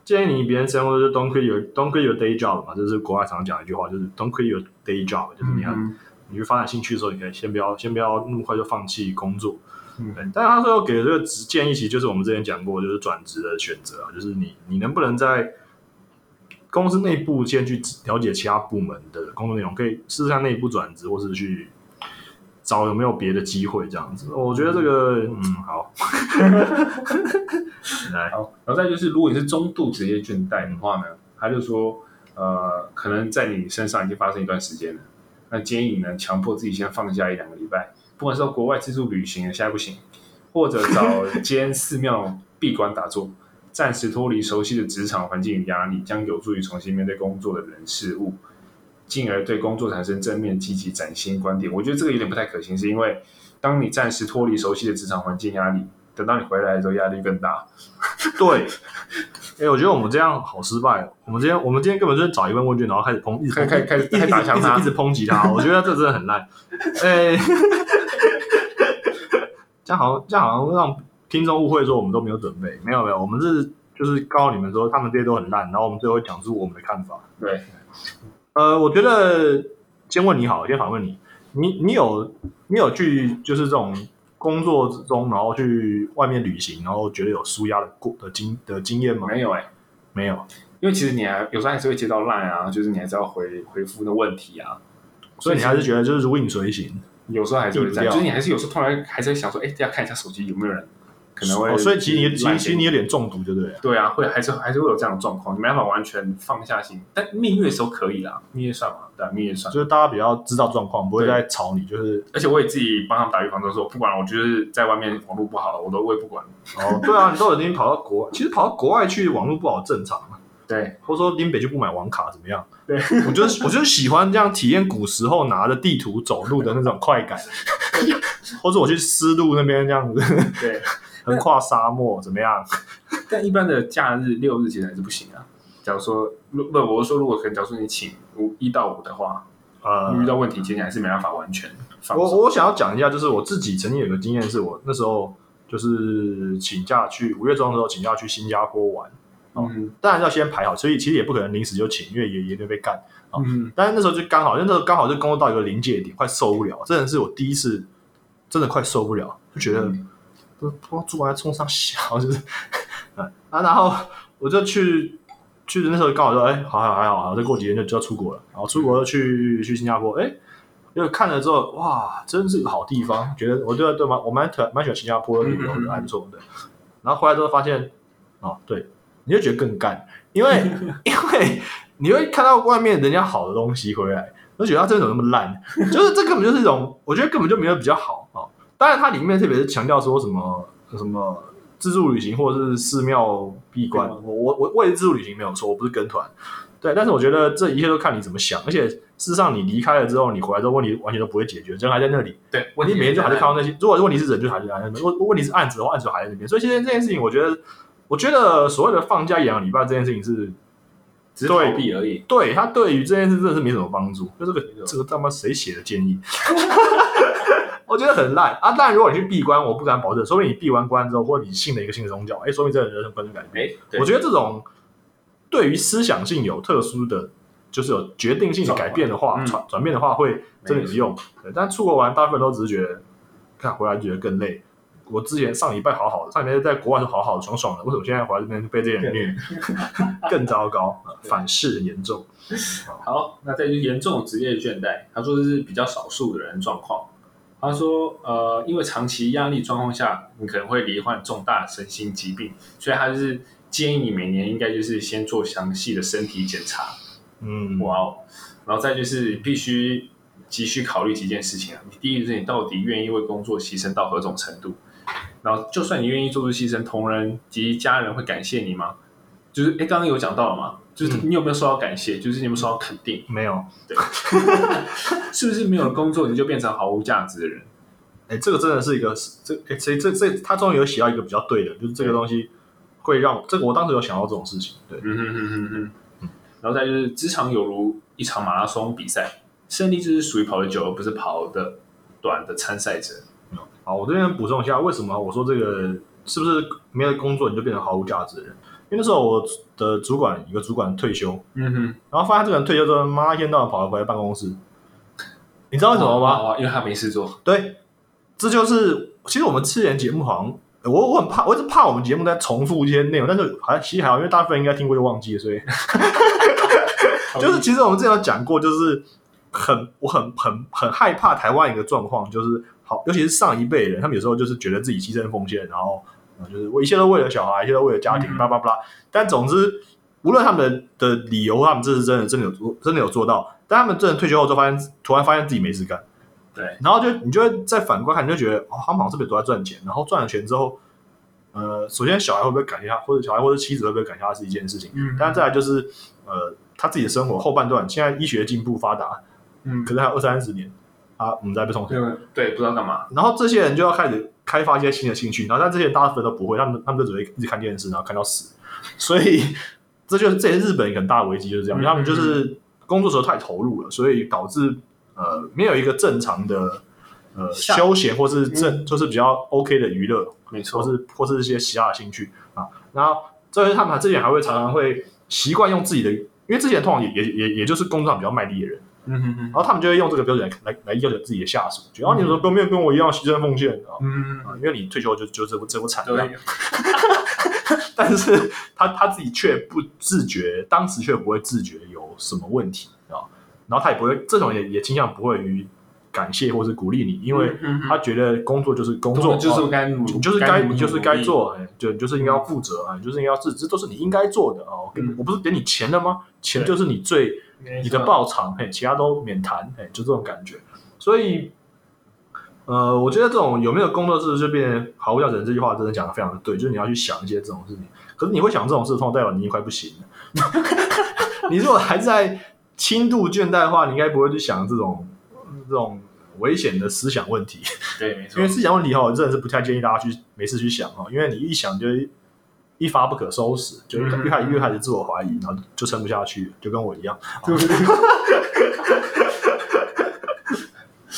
Speaker 1: 建议你别人生活就是 don't quit your don't quit your day job 嘛，这是国外常讲的一句话，就是 don't quit your day job，就是你要、
Speaker 2: 嗯
Speaker 1: 你去发展兴趣的时候，你可以先不要先不要那么快就放弃工作。
Speaker 2: 嗯
Speaker 1: 对，但是他最后给的这个指建议，其实就是我们之前讲过，就是转职的选择啊，就是你你能不能在公司内部先去了解其他部门的工作内容，可以试试看内部转职，或是去找有没有别的机会这样子。我觉得这个嗯好，来
Speaker 2: 好，然后再就是，如果你是中度职业倦怠的话呢，他就说，呃，可能在你身上已经发生一段时间了，那建议你呢，强迫自己先放假一两个礼拜，不管是到国外自助旅行，啊现在不行，或者找间寺庙闭馆打坐，暂时脱离熟悉的职场环境与压力，将有助于重新面对工作的人事物，进而对工作产生正面积极崭新观点。我觉得这个有点不太可行，是因为当你暂时脱离熟悉的职场环境压力，等到你回来的时候压力更大。
Speaker 1: 对。哎、我觉得我们这样好失败哦。我们今天，我们今天根本就是找一份问卷，然后开始抨，一直抨
Speaker 2: 开开开始
Speaker 1: 一直
Speaker 2: 开始打枪
Speaker 1: 一直
Speaker 2: 他
Speaker 1: 一直抨击他。我觉得这真的很烂。哎、 这样好像这样好像让听众误会说我们都没有准备。没有没有，我们是就是告诉你们说他们这些都很烂，然后我们最后讲出我们的看法。
Speaker 2: 对，
Speaker 1: 呃，我觉得先问你好，先反问你，你你有你有去就是这种工作之中，然后去外面旅行，然后觉得有舒压的过的经的经验吗？
Speaker 2: 没有哎、
Speaker 1: 没有，
Speaker 2: 因为其实你还有时候还是会接到 line 啊，就是你还是要回回复的问题啊，
Speaker 1: 所以你还是觉得就是如影随形，
Speaker 2: 有时候还是会这
Speaker 1: 避不
Speaker 2: 样，
Speaker 1: 掉
Speaker 2: 就是你还是有时候突然还是会想说，哎、要看一下手机有没有人可能会、
Speaker 1: 哦，所以其实你其实
Speaker 2: line
Speaker 1: 其实
Speaker 2: 给
Speaker 1: 你有点中毒，对不对了？
Speaker 2: 对啊，会还是还是会有这样的状况，你没办法完全放下心，但蜜月的时候可以啦，蜜月算嘛，对、啊，蜜月算，
Speaker 1: 就是大家比较知道状况，不会
Speaker 2: 对
Speaker 1: 再吵你，就是
Speaker 2: 而且我也自己帮他们打预防针，说不管我就是在外面网络不好，我都我也不管，
Speaker 1: 哦，对啊，你都已经跑到国外，其实跑到国外去网络不好正常啊。
Speaker 2: 对，
Speaker 1: 或者说林北就不买网卡怎么样？
Speaker 2: 对，
Speaker 1: 我就是我就是喜欢这样体验古时候拿着地图走路的那种快感， 或者我去丝路那边这样 子，
Speaker 2: 对，
Speaker 1: 横跨沙漠怎么样？
Speaker 2: 但一般的假日六日其实还是不行啊，假如说，如不，我是说，如果可能，假如说你请五一到五的话，
Speaker 1: 呃，
Speaker 2: 遇到问题，其实你还是没办法完全放
Speaker 1: 我
Speaker 2: 手。
Speaker 1: 我想要讲一下，就是我自己曾经有个经验，是我那时候就是请假去五月中的时候请假去新加坡玩，
Speaker 2: 嗯
Speaker 1: 当然要先排好，所以其实也不可能临时就请，因为也也会被干。
Speaker 2: 嗯，
Speaker 1: 但是那时候就刚好，因为那时候刚好就工作到一个临界点，快受不了，真的是我第一次，真的快受不了，就觉得
Speaker 2: 嗯
Speaker 1: 不不知道主管在冲上小， 就是，啊，然后我就去去的那时候刚好说，哎，好好还好，好，再过几天就就要出国了，然后出国就去去新加坡，哎，就看了之后，哇，真是个好地方，觉得我对对蛮我蛮特蛮喜欢新加坡旅游
Speaker 2: 嗯嗯嗯
Speaker 1: 的，还不错的。然后回来之后发现，哦，对，你就觉得更干，因为 因为你会看到外面人家好的东西回来，就觉得他这种那么烂，就是这根本就是一种，我觉得根本就没有比较好哦。当然，它里面特别是强调说什么什么自助旅行或者是寺庙闭关，
Speaker 2: 嗯
Speaker 1: 我我我我也是自助旅行没有错，我不是跟团，对。但是我觉得这一切都看你怎么想，而且事实上你离开了之后，你回来之后问题完全都不会解决，人还在那里，
Speaker 2: 对，
Speaker 1: 问题每天就还是看到那些，如果问题是人就还是还在那边，问问题是案子的话，案子就还在那边。所以现在这件事情，我觉得，我觉得所谓的放假一两个礼拜这件事情是
Speaker 2: 只是逃避而已。
Speaker 1: 对他对于这件事真的是没什么帮助。就这个
Speaker 2: 没错
Speaker 1: 这个他妈谁写的建议， 我觉得很烂啊！当然，如果你去闭关，我不敢保证，说不定你闭完关之后，或者你信了一个新的宗教，哎，说明这个人生观就改变。
Speaker 2: 哎，
Speaker 1: 我觉得这种对于思想性有特殊的，就是有决定性的改变的话，
Speaker 2: 转换嗯
Speaker 1: 转转变的话，会真的有用。对，但出国玩，大部分都只是觉得，看回来就觉得更累。我之前上礼拜好好的，上礼拜在国外是好好的、爽爽的，为什么现在回来这边被这些人虐， 更糟糕，呃
Speaker 2: 对
Speaker 1: 反噬很严重。
Speaker 2: 好，那再就是严重的职业倦怠，他说这是比较少数的人状况。他说，呃，因为长期压力状况下，你可能会罹患重大身心疾病，所以他就是建议你每年应该就是先做详细的身体检查，
Speaker 1: 嗯，
Speaker 2: 哇哦，然后再就是必须急需考虑几件事情啊。你第一就是你到底愿意为工作牺牲到何种程度，然后就算你愿意做出牺牲，同仁及家人会感谢你吗？就是哎，诶刚刚有讲到了嘛，就是
Speaker 1: 嗯
Speaker 2: 你有没有受到感谢？就是你有没有受到肯定？
Speaker 1: 没有，
Speaker 2: 是不是没有了工作你就变成毫无价值的人？
Speaker 1: 哎，这个真的是一个，这哎，这这这，他终于有写到一个比较对的，就是这个
Speaker 2: 对
Speaker 1: 东西会让我这个我当时有想到这种事情，对，
Speaker 2: 嗯哼哼哼哼。然后再就是职场有如一场马拉松比赛，胜利就是属于跑得久而不是跑得短的参赛者。
Speaker 1: 好，我这边补充一下，为什么我说这个是不是没有工作你就变成毫无价值的人？因为那时候我的主管有个主管退休，
Speaker 2: 嗯哼，
Speaker 1: 然后发现这个人退休之后，妈一天到晚跑来回来办公室，你知道为什么吗？
Speaker 2: 哦？因为他没事做。
Speaker 1: 对，这就是其实我们之前节目好像呃我我很怕，我一直怕我们节目在重复一些内容，但是好像其实还好，因为大部分人应该听过就忘记了，所以就是其实我们之前有讲过，就是很我很很很害怕台湾一个状况，就是好，尤其是上一辈人，他们有时候就是觉得自己牺牲奉献，然后、呃就是我一切都为了小孩，一切都为了家庭，
Speaker 2: 嗯
Speaker 1: 巴拉巴拉。但总之，无论他们的的理由，他们这是真的真的有做，真的有做到。但他们真的退休后之后，发现突然发现自己没事干，
Speaker 2: 对，
Speaker 1: 然后就你就会再反观看，你就觉得哦，他们好像特别都在赚钱，然后赚了钱之后，呃，首先小孩会不会感谢他，或者小孩或者妻子会不会感谢他是一件事情，
Speaker 2: 嗯
Speaker 1: 但是再来就是呃，他自己的生活后半段，现在医学进步发达，
Speaker 2: 嗯
Speaker 1: 可，是还有二三十年啊，我们再被冲
Speaker 2: 对对，不知道干嘛。
Speaker 1: 然后这些人就要开始开发一些新的兴趣，然后但这些人大部分都不会，他们他们就只会一直看电视，然后看到死。所以这就是这也是日本一个很大的危机，就是这样，
Speaker 2: 嗯
Speaker 1: 他们就是工作时候太投入了，所以导致呃没有一个正常的呃
Speaker 2: 下
Speaker 1: 休闲或是
Speaker 2: 嗯
Speaker 1: 正、就是比较 OK 的娱乐，
Speaker 2: 没
Speaker 1: 或
Speaker 2: 错，
Speaker 1: 是或是一些其他的兴趣啊。然后这些他们这些人还会常常会习惯用自己的，因为这些人通常也也也也就是工作上比较卖力的人。
Speaker 2: 嗯哼哼
Speaker 1: 然后他们就会用这个标准来来来要求自己的下属，觉得、啊你怎么都没有跟我一样牺牲奉献啊、
Speaker 2: 嗯，
Speaker 1: 啊因为你退休就就这副这副惨样。
Speaker 2: 对，
Speaker 1: 但是他他自己却不自觉，当时却不会自觉有什么问题啊，然后他也不会这种也也倾向不会于感谢或是鼓励你，因为
Speaker 2: 嗯哼
Speaker 1: 他觉得工作就是工
Speaker 2: 工
Speaker 1: 作，
Speaker 2: 作就是
Speaker 1: 啊
Speaker 2: 嗯该努
Speaker 1: 你就是该
Speaker 2: 努
Speaker 1: 你
Speaker 2: 力嗯
Speaker 1: 就是该，做，哎就你就是应该要负责啊，你就是应该要这这都是你应该做的哦。我跟你
Speaker 2: 嗯
Speaker 1: 我不是给你钱了吗？钱
Speaker 2: 对
Speaker 1: 就是你最
Speaker 2: 没错
Speaker 1: 你的报偿，嘿，其他都免谈，嘿，就这种感觉。所以，呃，我觉得这种有没有工作制就变成毫无价值这句话，真的讲的非常的对，就是你要去想一些这种事情。可是你会想这种事，通常代表你已经快不行了。 你如果还在轻度倦怠的话，你应该不会去想这种嗯这种危险的思想问题。
Speaker 2: 对，没
Speaker 1: 因
Speaker 2: 错
Speaker 1: 哦为，思想问题哈，我真的是不太建议大家去没事去想哈，因为你一想就一发不可收拾，就
Speaker 2: 嗯
Speaker 1: 一开始越开始自我怀疑，然后就撑不下去，就跟我一样。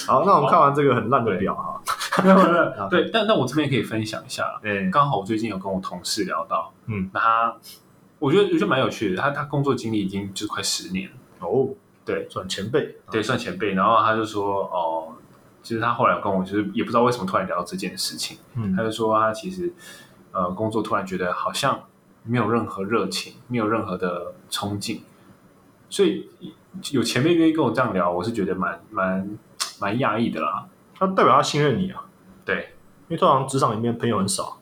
Speaker 1: 好，那我们看完这个很烂的表啊，
Speaker 2: 没有 没有，对，但但我这边可以分享一下，
Speaker 1: 哎，
Speaker 2: 刚好我最近有跟我同事聊到，
Speaker 1: 嗯，
Speaker 2: 那他我觉得我觉得蛮有趣的，他他工作经历已经就是快十年了，
Speaker 1: 哦，
Speaker 2: 对
Speaker 1: 算前辈，
Speaker 2: 对，算前辈，然后他就说哦，其实他后来跟我就是也不知道为什么突然聊到这件事情，
Speaker 1: 嗯
Speaker 2: 他就说他其实呃工作突然觉得好像没有任何热情，没有任何的冲劲，所以有前辈愿意跟我这样聊，我是觉得蛮蛮蛮讶异的啦。
Speaker 1: 他代表他信任你啊，
Speaker 2: 对
Speaker 1: 因为通常职场里面朋友很少，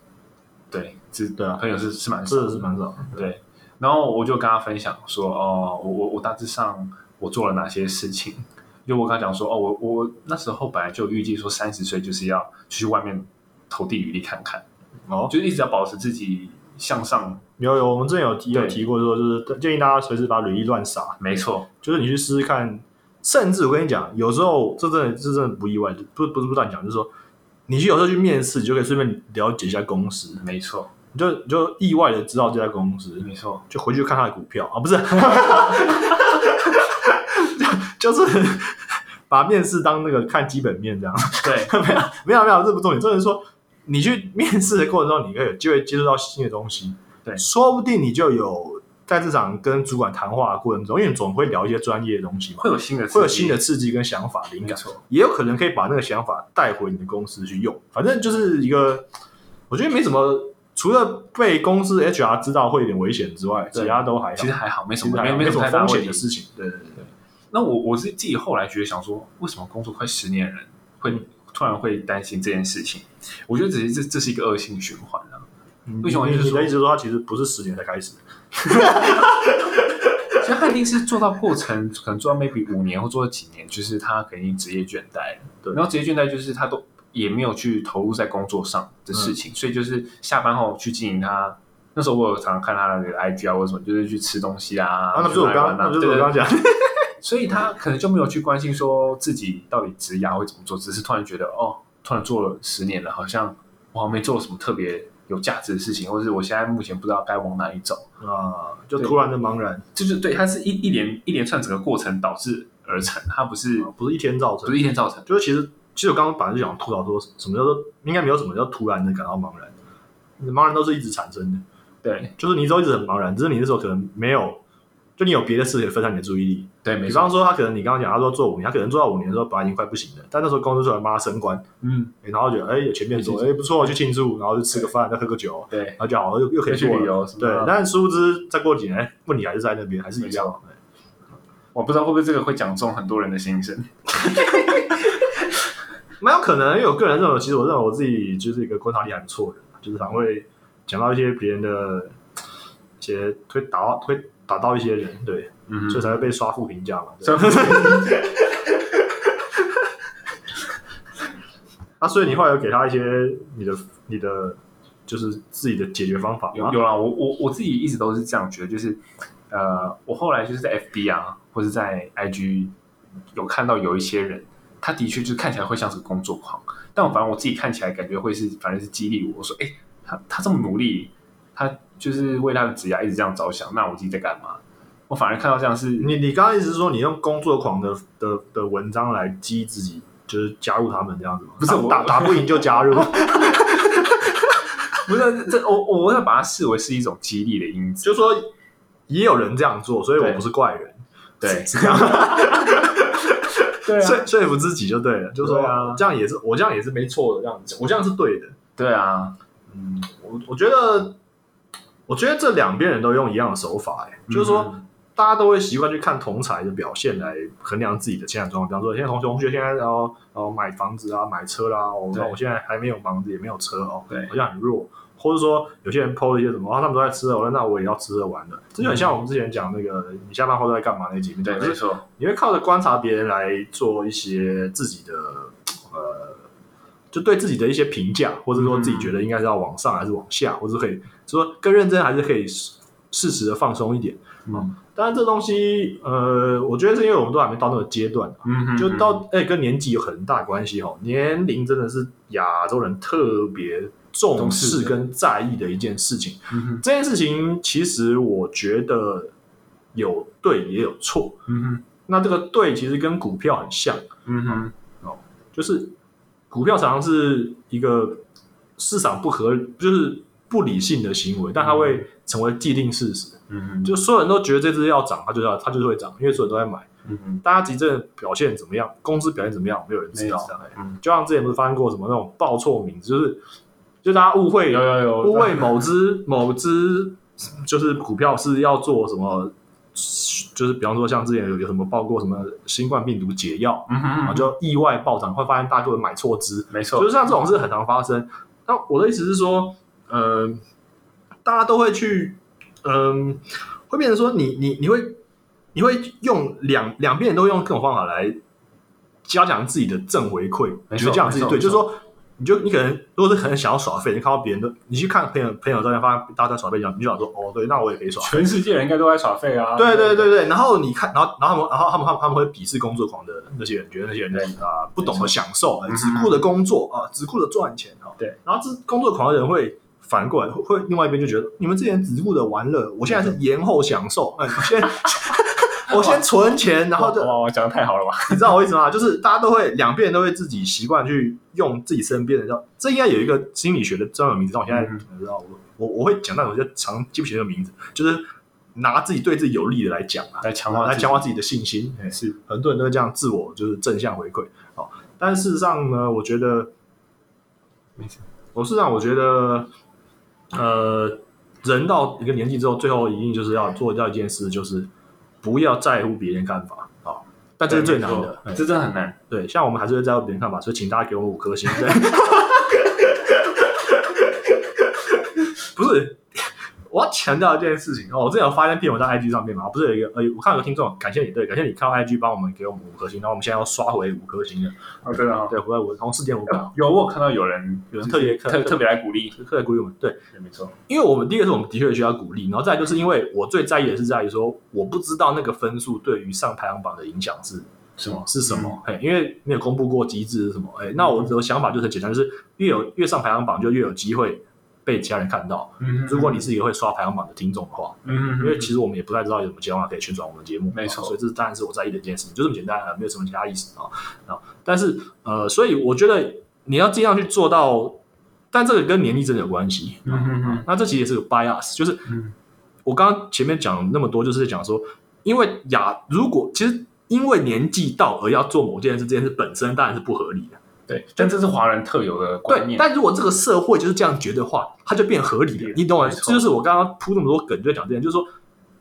Speaker 2: 对，这
Speaker 1: 对啊，
Speaker 2: 朋友是是蛮
Speaker 1: 真的是蛮少，
Speaker 2: 对。然后我就跟他分享说，哦，我我我大致上我做了哪些事情。就我跟他讲说，哦，我我那时候本来就预计说三十岁就是要去外面投递履历看看，
Speaker 1: 哦，
Speaker 2: 就是一直要保持自己向上。
Speaker 1: 有有，我们之前有提有
Speaker 2: 对
Speaker 1: 提过说，就是建议大家随时把履历乱撒，
Speaker 2: 没错，
Speaker 1: 就是你去试试看。甚至我跟你讲，有时候这真的这真的不意外，不不是不乱讲，就是说，你去有时候去面试，你就可以顺便了解一下公司，
Speaker 2: 没错，
Speaker 1: 你就你就意外的知道这家公司，
Speaker 2: 没错，
Speaker 1: 就回去看他的股票啊，不是， 就就是把面试当那个看基本面这样。
Speaker 2: 对，
Speaker 1: 没有没有没有，这不重点，重点是说你去面试的过程中，你可以有机会接触到新的东西，
Speaker 2: 对
Speaker 1: 说不定你就有在这场跟主管谈话的过程中，因为你总会聊一些专业的东西嘛，
Speaker 2: 会有新的，
Speaker 1: 会有新的，刺激跟想法、灵
Speaker 2: 没
Speaker 1: 感，
Speaker 2: 错，
Speaker 1: 也有可能可以把那个想法带回你的公司去用。反正就是一个，我觉得没什么，除了被公司 HR 知道会有点危险之外，
Speaker 2: 对
Speaker 1: 其他都还好
Speaker 2: 其实还好，没什
Speaker 1: 其实
Speaker 2: 么，
Speaker 1: 还
Speaker 2: 没
Speaker 1: 好
Speaker 2: 没
Speaker 1: 没
Speaker 2: 什
Speaker 1: 什
Speaker 2: 么
Speaker 1: 么
Speaker 2: 太大
Speaker 1: 风
Speaker 2: 问
Speaker 1: 险
Speaker 2: 题
Speaker 1: 的。事情。对对对对，
Speaker 2: 那我我是自己后来觉得想说，为什么工作快十年的人会
Speaker 1: 嗯
Speaker 2: 突然会担心这件事情？我觉得只是这这是一个恶性循环啊。
Speaker 1: 嗯
Speaker 2: 为什么
Speaker 1: 你
Speaker 2: 就是
Speaker 1: 你
Speaker 2: 说
Speaker 1: 的意思是说，它其实不是十年才开始，
Speaker 2: 其实他一定是做到过程，可能做到 maybe 五年或做到几年，就是他肯定职业倦怠了。
Speaker 1: 对
Speaker 2: 然后职业倦怠就是他都也没有去投入在工作上的事
Speaker 1: 嗯
Speaker 2: 情，所以就是下班后去经营他。那时候我有常常看他的 IG 啊，或者什么，就是去吃东西啊，
Speaker 1: 啊，那不是我
Speaker 2: 去哪里
Speaker 1: 刚，
Speaker 2: 玩啊
Speaker 1: 那不是
Speaker 2: 对
Speaker 1: 我
Speaker 2: 对
Speaker 1: 刚刚讲。
Speaker 2: 所以他可能就没有去关心说自己到底职涯会怎么做，只是突然觉得哦，突然做了十年了，好像我好像没做什么特别有价值的事情，或是我现在目前不知道该往哪里走，
Speaker 1: 啊，就突然的茫然，
Speaker 2: 就是对，它是一一连一连串整个过程导致而成，它不是
Speaker 1: 不是一天造
Speaker 2: 不
Speaker 1: 成。
Speaker 2: 是一天造成的，
Speaker 1: 就是其实，其实我刚刚本来就想吐槽说，什么叫做应该没有什么叫突然的感到茫然，茫然都是一直产生的，
Speaker 2: 对
Speaker 1: 就是你都一直很茫然，只是你那时候可能没有，就你有别的事情分散你的注意力。
Speaker 2: 对，没
Speaker 1: 比
Speaker 2: 错，
Speaker 1: 方说，他可能你刚刚讲，他说做五年，他可能做到五年的时候，本来已经快不行了，但那时候公司突然帮他升官，
Speaker 2: 嗯，
Speaker 1: 诶然后就哎，有前面说
Speaker 2: 对
Speaker 1: 哎不错，去庆祝，然后就吃个饭，再喝个酒，
Speaker 2: 对
Speaker 1: 然，后就好又又可
Speaker 2: 可
Speaker 1: 以
Speaker 2: 以去
Speaker 1: 做
Speaker 2: 旅
Speaker 1: 了。
Speaker 2: 游什啊么
Speaker 1: 对
Speaker 2: 的，，
Speaker 1: 但殊不知再过几年，哎问题还是在那边，还是一样。对
Speaker 2: 我不知道会不会这个会讲中很多人的心声，
Speaker 1: 蛮有可能，因为我个人认为，其实我认为我自己就是一个观察力还不错的人，啊就是常会讲到一些别人的一些会打到会打到一些人，对，
Speaker 2: 嗯
Speaker 1: 所以才会被刷负评价嘛。对
Speaker 2: 所以
Speaker 1: 啊，所以你后来有给他一些你的你的就是自己的解决方法
Speaker 2: 有
Speaker 1: 吗？
Speaker 2: 有啦，我我我自己一直都是这样觉得，就是呃，我后来就是在 FB 啊，或是在 IG 有看到有一些人，他的确就是看起来会像是个工作狂，但我反正我自己看起来感觉会是，反正是激励我，我说，哎、他他这么努力，他就是为他的职业一直这样着想，那我自己在干嘛？我反而看到这样是，
Speaker 1: 你你刚刚意思是说你用工作狂的的的文章来激自己，就是加入他们这样子吗？
Speaker 2: 不是我
Speaker 1: 打打打不赢就加入，
Speaker 2: 不是这我我我要把它视为是一种激励的因子，
Speaker 1: 就说也有人这样做，所以我不是怪人。
Speaker 2: 对，
Speaker 1: 说说服自己就对了，就说、
Speaker 2: 啊对啊
Speaker 1: 这样也是我这样也是没错的，这样子我这样是对的。
Speaker 2: 对啊，
Speaker 1: 嗯，我我觉得，我觉得这两边人都用一样的手法、欸，就是说
Speaker 2: 嗯
Speaker 1: 大家都会习惯去看同才的表现来衡量自己的现在状况。比方说，现在同学同学现在然后然后买房子啊，买车啦、我
Speaker 2: 对
Speaker 1: 那我现在还没有房子，也没有车哦，
Speaker 2: 对
Speaker 1: 好像很弱。或者说有些人 PO 了一些什么，啊、他们都在吃喝玩乐，那我也要吃喝玩乐。这就很像我们之前讲那个你下班后都在干嘛那集，
Speaker 2: 对，
Speaker 1: 就
Speaker 2: 没
Speaker 1: 是
Speaker 2: 错。
Speaker 1: 你会靠着观察别人来做一些自己的呃，就对自己的一些评价，或者说自己觉得应该是要往上还是往下，或者可以就说更认真还是可以适适时的放松一点。
Speaker 2: 嗯
Speaker 1: 当然，这东西呃，我觉得是因为我们都还没到那个阶段啊，
Speaker 2: 嗯哼，
Speaker 1: 就到哎、跟年纪有很大关系哦。年龄真的是亚洲人特别重视跟在意的一件事情。
Speaker 2: 嗯哼，
Speaker 1: 这件事情其实我觉得有对也有错。
Speaker 2: 嗯哼，
Speaker 1: 那这个对其实跟股票很像，啊
Speaker 2: 嗯哼，
Speaker 1: 就是股票常常是一个市场不合，就是不理性的行为，但它会成为既定事实。
Speaker 2: 嗯哼，
Speaker 1: 就所有人都觉得这只要涨，它就要它就是会涨，因为所有人都在买。
Speaker 2: 嗯哼，
Speaker 1: 大家集证表现怎么样，公司表现怎么样，没有人知道。
Speaker 2: 嗯，
Speaker 1: 就像之前不是发生过什么那种报错名字，就是就大家误会
Speaker 2: 有有有，
Speaker 1: 误会某只某只就是股票是要做什么，就是比方说像之前有有什么报过什么新冠病毒解药，
Speaker 2: 嗯
Speaker 1: 然
Speaker 2: 哼，
Speaker 1: 后就意外暴涨，会发现大家就会买错只，
Speaker 2: 没错，
Speaker 1: 就是像这种事很常发生。那我的意思是说，呃，大家都会去，嗯、会变成说你你你会你会用两两边人都用各种方法来加强自己的正回馈，
Speaker 2: 没
Speaker 1: 觉
Speaker 2: 错
Speaker 1: 得这样自己
Speaker 2: 没
Speaker 1: 对，
Speaker 2: 错没
Speaker 1: 就是
Speaker 2: 错
Speaker 1: 说。你就你可能如果是很想要耍废，你看到别人的，你去看朋友朋友照片，发现大家在耍废一样，你就想说哦，对，那我也可以耍。
Speaker 2: 全世界人应该都在耍废啊，
Speaker 1: 对对对对，然后你看，然后然后他们，然后他们他们他们会鄙视工作狂的那些人，觉得那些人就是啊不懂得享受，哎只顾着工作啊，只顾着赚钱啊。
Speaker 2: 嗯对，
Speaker 1: 然后这工作狂的人会反过来，会会另外一边就觉得你们之前只顾着玩乐，我现在是延后享受，哎，我 先我先存钱，然后就
Speaker 2: 哇，我讲的太好了吧，
Speaker 1: 你知道我意思吗？就是大家都会两边人都会自己习惯去用自己身边的，叫这应该有一个心理学的专有名字，但我现在
Speaker 2: 嗯
Speaker 1: 可能不知道，我我我会讲，但我就常记不起这个名字，就是拿自己对自己有利的来讲啊。
Speaker 2: 来强
Speaker 1: 然后
Speaker 2: 化，
Speaker 1: 来强化自己的信心。哎
Speaker 2: 是，
Speaker 1: 很多人都会这样自我就是正向回馈。哦，但事实上呢，我觉得，
Speaker 2: 没事
Speaker 1: 我事实上我觉得，呃，人到一个年纪之后，最后一定就是要做到一件事，就是不要在乎别人看法。哦，但这是最难的。哎
Speaker 2: 这真的很难，
Speaker 1: 对，像我们还是会在乎别人看法，所以请大家给我们五颗星。对 不是，我要强调一件事情哦，我之前有发一篇文在 IG 上面嘛，不是有一个呃，我看有个听众，感谢你，对，感谢你看到 IG 帮我们给我们五颗星，然后我们现在要刷回五颗星了，
Speaker 2: 哦，真的哦，
Speaker 1: 对，回来我从四点五秒，
Speaker 2: 有我有看到有人
Speaker 1: 有人特别
Speaker 2: 特特别来鼓励，
Speaker 1: 特别鼓励我们，对，
Speaker 2: 没错，
Speaker 1: 因为我们第一个是我们的确需要鼓励，然后再来就是因为我最在意的是在于说，我不知道那个分数对于上排行榜的影响是
Speaker 2: 是吗？
Speaker 1: 是什么？
Speaker 2: 嗯
Speaker 1: 嘿，因为没有公布过机制是什么。哎，那我的想法就是很简单，就是越有越上排行榜，就越有机会被其他人看到。
Speaker 2: 嗯，
Speaker 1: 如果你是一个会刷排行榜的听众的话，
Speaker 2: 嗯，
Speaker 1: 因为其实我们也不太知道有什么其他方法可以宣传我们的节目，
Speaker 2: 没错
Speaker 1: 所以这当然是我在意的一件事情，就这么简单啊，没有什么其他意思啊啊。但是呃，所以我觉得你要尽量去做到，但这个跟年龄真的有关系。啊
Speaker 2: 嗯嗯嗯
Speaker 1: 那这其实也是个 bias，就是
Speaker 2: 嗯
Speaker 1: 我刚刚前面讲那么多，就是在讲说，因为亚如果其实因为年纪到而要做某件事，这件事本身当然是不合理的。
Speaker 2: 对，但这是华人特有的观
Speaker 1: 对，
Speaker 2: 念，
Speaker 1: 但如果这个社会就是这样觉得的话，它就变合理了
Speaker 2: 对。
Speaker 1: 你懂我？
Speaker 2: 没错
Speaker 1: 这就是我刚刚铺那么多梗，就在讲这件，就是说，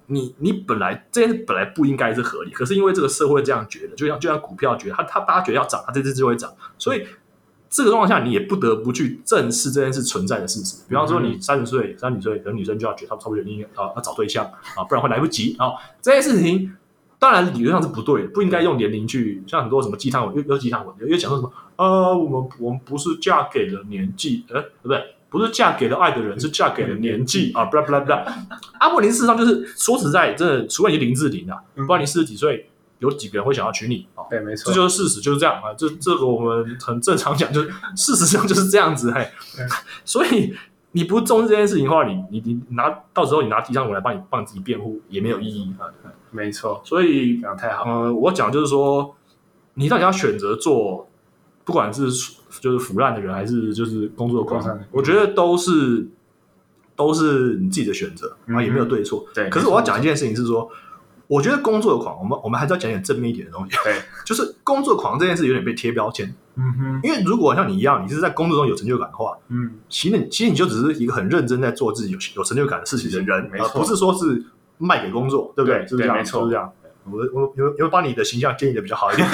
Speaker 1: 你你本来这件事本来不应该是合理，可是因为这个社会这样觉得，就像就像股票觉得它它大家觉得要涨，它这只就会涨，所以。这个状况下，你也不得不去正视这件事存在的事实。比方
Speaker 2: 嗯
Speaker 1: 说，你三十岁、三十岁，可能女生就要觉得她差不多应该啊要找对象啊，不然会来不及啊。这件事情当然理论上是不对的，不应该用年龄去像很多什么鸡汤文，又又鸡汤文，又又讲说什么呃，我们我们不是嫁给了年纪，呃，对不对？不是嫁给了爱的人，是嫁给了年纪
Speaker 2: 嗯
Speaker 1: 啊，不啦不啦不啦。阿莫林事实上就是说实在，真的，除非你是林志玲啊，
Speaker 2: 嗯
Speaker 1: 不然你四十几岁，有几个人会想要娶你啊？
Speaker 2: 对，没错，
Speaker 1: 这就是事实，就是这样啊。这这个我们很正常讲，就是事实上就是这样子嘿
Speaker 2: 对。
Speaker 1: 所以你不重视这件事情的话，你你你拿到时候你拿鸡汤文来帮你帮你自己辩护也没有意义啊。
Speaker 2: 没错，
Speaker 1: 所以
Speaker 2: 讲得太好，
Speaker 1: 呃，我讲就是说，你到底要选择做，不管是就是腐烂的人，还是就是工作狂
Speaker 2: 工作狂，
Speaker 1: 我觉得都是都是你自己的选择，
Speaker 2: 嗯
Speaker 1: 然后也没有对错。
Speaker 2: 对，
Speaker 1: 可是我要讲一件事情是说，我觉得工作狂，我们我们还是要讲一点正面一点的东西，
Speaker 2: 对，
Speaker 1: 就是工作狂这件事有点被贴标签，
Speaker 2: 嗯哼，
Speaker 1: 因为如果像你一样，你是在工作中有成就感的话，
Speaker 2: 嗯，
Speaker 1: 其实你其实你就只是一个很认真在做自己有有成就感的事情的人，
Speaker 2: 没错
Speaker 1: 呃不是说是卖给工作，对不对？
Speaker 2: 对
Speaker 1: 是不是这样？
Speaker 2: 对没
Speaker 1: 是
Speaker 2: 错
Speaker 1: 不是这样。我我有有把你的形象建立的比较好一点，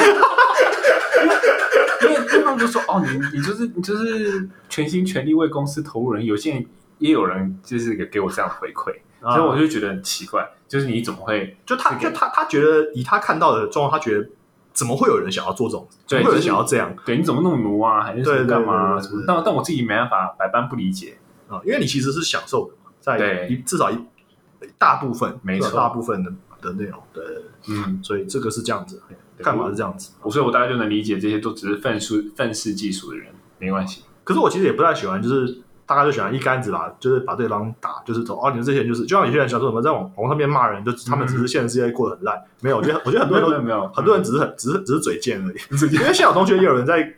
Speaker 2: 因为对方就说哦，你你就是你就是全心全力为公司投入人，有些人也有人就是给给我这样的回馈， 所以我
Speaker 1: 啊
Speaker 2: 就觉得很奇怪，就是你怎么会
Speaker 1: 就他就他他觉得以他看到的状况，他觉得怎么会有人想要做这种，怎
Speaker 2: 对
Speaker 1: 么会有
Speaker 2: 就
Speaker 1: 人
Speaker 2: 是
Speaker 1: 想要这样
Speaker 2: 对你怎么那么奴啊，还是什
Speaker 1: 对
Speaker 2: 么
Speaker 1: 对
Speaker 2: 干嘛啊
Speaker 1: 对对
Speaker 2: 什么
Speaker 1: 对？
Speaker 2: 但但我自己没办法，百般不理解，
Speaker 1: 啊？因为你其实是享受的嘛，在
Speaker 2: 对
Speaker 1: 一至少一大部分，
Speaker 2: 没错
Speaker 1: 至少大部分的的内容，对，对对
Speaker 2: 嗯，
Speaker 1: 所以这个是这样子，
Speaker 2: 对
Speaker 1: 看法是这样子。
Speaker 2: 我所以我大概就能理解这些都只是愤世愤世嫉俗的人，没关系，
Speaker 1: 可是我其实也不太喜欢，就是大概就喜欢一竿子把，就是把对方打，就是走哦，你们这些人就是，就像有些人想说什么在网网上面骂人，就他们只是现实世界过得很烂，没有，我觉得我觉得很多
Speaker 2: 嗯没
Speaker 1: 人
Speaker 2: 有
Speaker 1: 都
Speaker 2: 没有没有，
Speaker 1: 很多人只是很只是只是嘴贱而已。
Speaker 2: 自己
Speaker 1: 因为现在有同学也有人在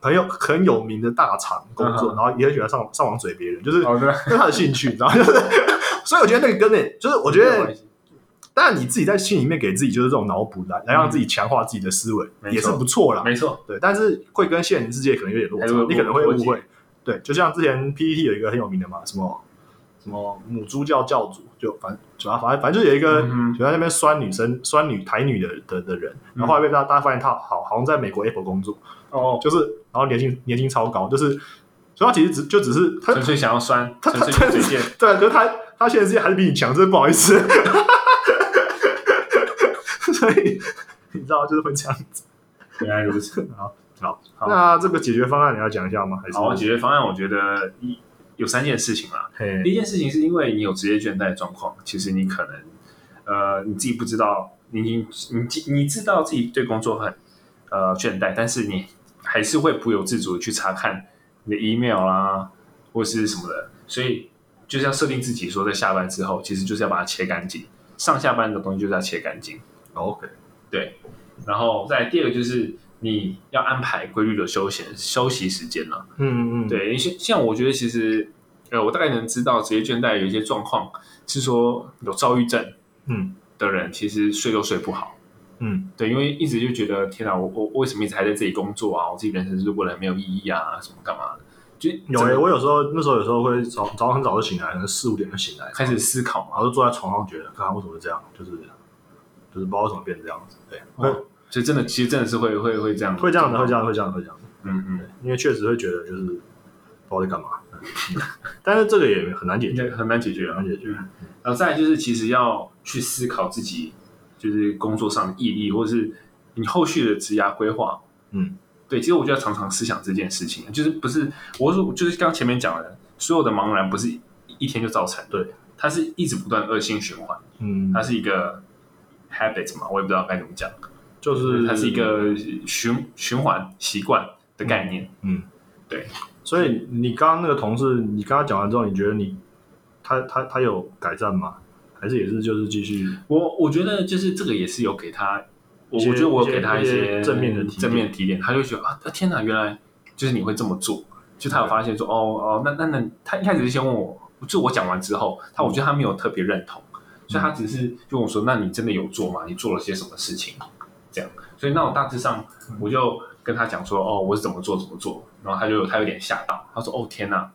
Speaker 1: 很有很有名的大厂工作，
Speaker 2: 嗯哦
Speaker 1: 然后也很喜欢上上网嘴别人，就是
Speaker 2: 好的，
Speaker 1: 这是他的兴趣，然后就是， 所以我觉得那个跟那就是我觉
Speaker 2: 没有
Speaker 1: 得
Speaker 2: 关，系
Speaker 1: 当然你自己在心里面给自己就是这种脑补来来让自己强化自己的思维，
Speaker 2: 没错
Speaker 1: 也是不错啦。
Speaker 2: 没错，
Speaker 1: 对，但是会跟现实世界可能有点落差
Speaker 2: 还有，
Speaker 1: 你可能会
Speaker 2: 逻
Speaker 1: 误
Speaker 2: 辑
Speaker 1: 会。对，就像之前 PPT 有一个很有名的嘛，什么什么母猪教教主，就反正反正反正就是有一个
Speaker 2: 嗯哼
Speaker 1: 就在那边酸女生、酸女台女的的的人，然后后来被大家大家发现他好好像在美国 Apple 工作，
Speaker 2: 哦，
Speaker 1: 就是然后年薪年薪超高，就是所以他其实只就只是他
Speaker 2: 纯粹想要酸，
Speaker 1: 他
Speaker 2: 纯粹想嘴贱，
Speaker 1: 对，啊可是他他现在世界还是比你强，真的不好意思。 所以你知道就是会这样子。
Speaker 2: 原来如此。
Speaker 1: 好，好，
Speaker 2: 好
Speaker 1: 那这个解决方案你要讲一下吗？还是
Speaker 2: 好，啊解决方案我觉得一有三件事情啦。
Speaker 1: 嘿
Speaker 2: 第一件事情是因为你有职业倦怠的状况，其实你可能呃你自己不知道，你你你你知道自己对工作很呃倦怠，但是你还是会不由自主的去查看你的 email 啦、或是什么的，所以就是要设定自己说在下班之后，其实就是要把它切干净，上下班的东西就是要切干净。
Speaker 1: ，OK，
Speaker 2: 对，然后再来第二个就是你要安排规律的休闲休息时间哦了、
Speaker 1: 嗯嗯，嗯，
Speaker 2: 对，因为像像我觉得其实，呃，我大概能知道职业倦怠有一些状况是说有躁郁症
Speaker 1: 嗯
Speaker 2: 的人，其实睡都睡不好。
Speaker 1: 嗯
Speaker 2: 对，因为一直就觉得天哪，我我我为什么一直还在这里工作啊？我自己人生是过得很没有意义啊，什么干嘛的？就
Speaker 1: 有
Speaker 2: 整
Speaker 1: 诶、
Speaker 2: 个
Speaker 1: 我有时候那时候有时候会早早上很早就醒来，可能四五点就醒来，
Speaker 2: 开始思考
Speaker 1: 然
Speaker 2: 嘛，
Speaker 1: 后就坐在床上觉得，看他为什么是这样，就是就是不知道为什么变成这样子，对，会
Speaker 2: 哦所以真的其实真的是会会会这样，
Speaker 1: 会这样的，会这样的，会这样的，会这样的。
Speaker 2: 嗯嗯，
Speaker 1: 因为确实会觉得就是不知道在干嘛，嗯 但是这个也很难解
Speaker 2: 应
Speaker 1: 决，
Speaker 2: 该很难解决
Speaker 1: 很
Speaker 2: 啊
Speaker 1: 难。解决。
Speaker 2: 然后再来就是，其实要去思考自己就是工作上的意义，或是你后续的职涯规划。
Speaker 1: 嗯，
Speaker 2: 对，其实我就要常常思想这件事情，就是不是我说就是刚前面讲的，所有的茫然不是一一天就造成的，
Speaker 1: 对，
Speaker 2: 它是一直不断恶性循环，
Speaker 1: 嗯
Speaker 2: 它，是一个 habit 嘛，我也不知道该怎么讲，
Speaker 1: 就是
Speaker 2: 它是一，个循循环习惯的概念。
Speaker 1: 嗯，
Speaker 2: 对。
Speaker 1: 所以你刚刚那个同事，你跟他讲完之后，你觉得你他他他有改善吗？还是也是就是继续？
Speaker 2: 我我觉得就是这个也是有给他，我
Speaker 1: 一些
Speaker 2: 我觉得我有给他
Speaker 1: 一些
Speaker 2: 些
Speaker 1: 正面的提点
Speaker 2: 正面提点，他就觉得啊天哪，原来就是你会这么做，就他有发现说哦哦，那那那他一开始是先问我，就我讲完之后，他我觉得他没有特别认同，
Speaker 1: 嗯
Speaker 2: 所以他只是就跟我说，那你真的有做吗？你做了些什么事情？这样，所以那我大致上
Speaker 1: 嗯
Speaker 2: 我就跟他讲说哦，我是怎么做怎么做，然后他就有他有点吓到，他说哦天哪，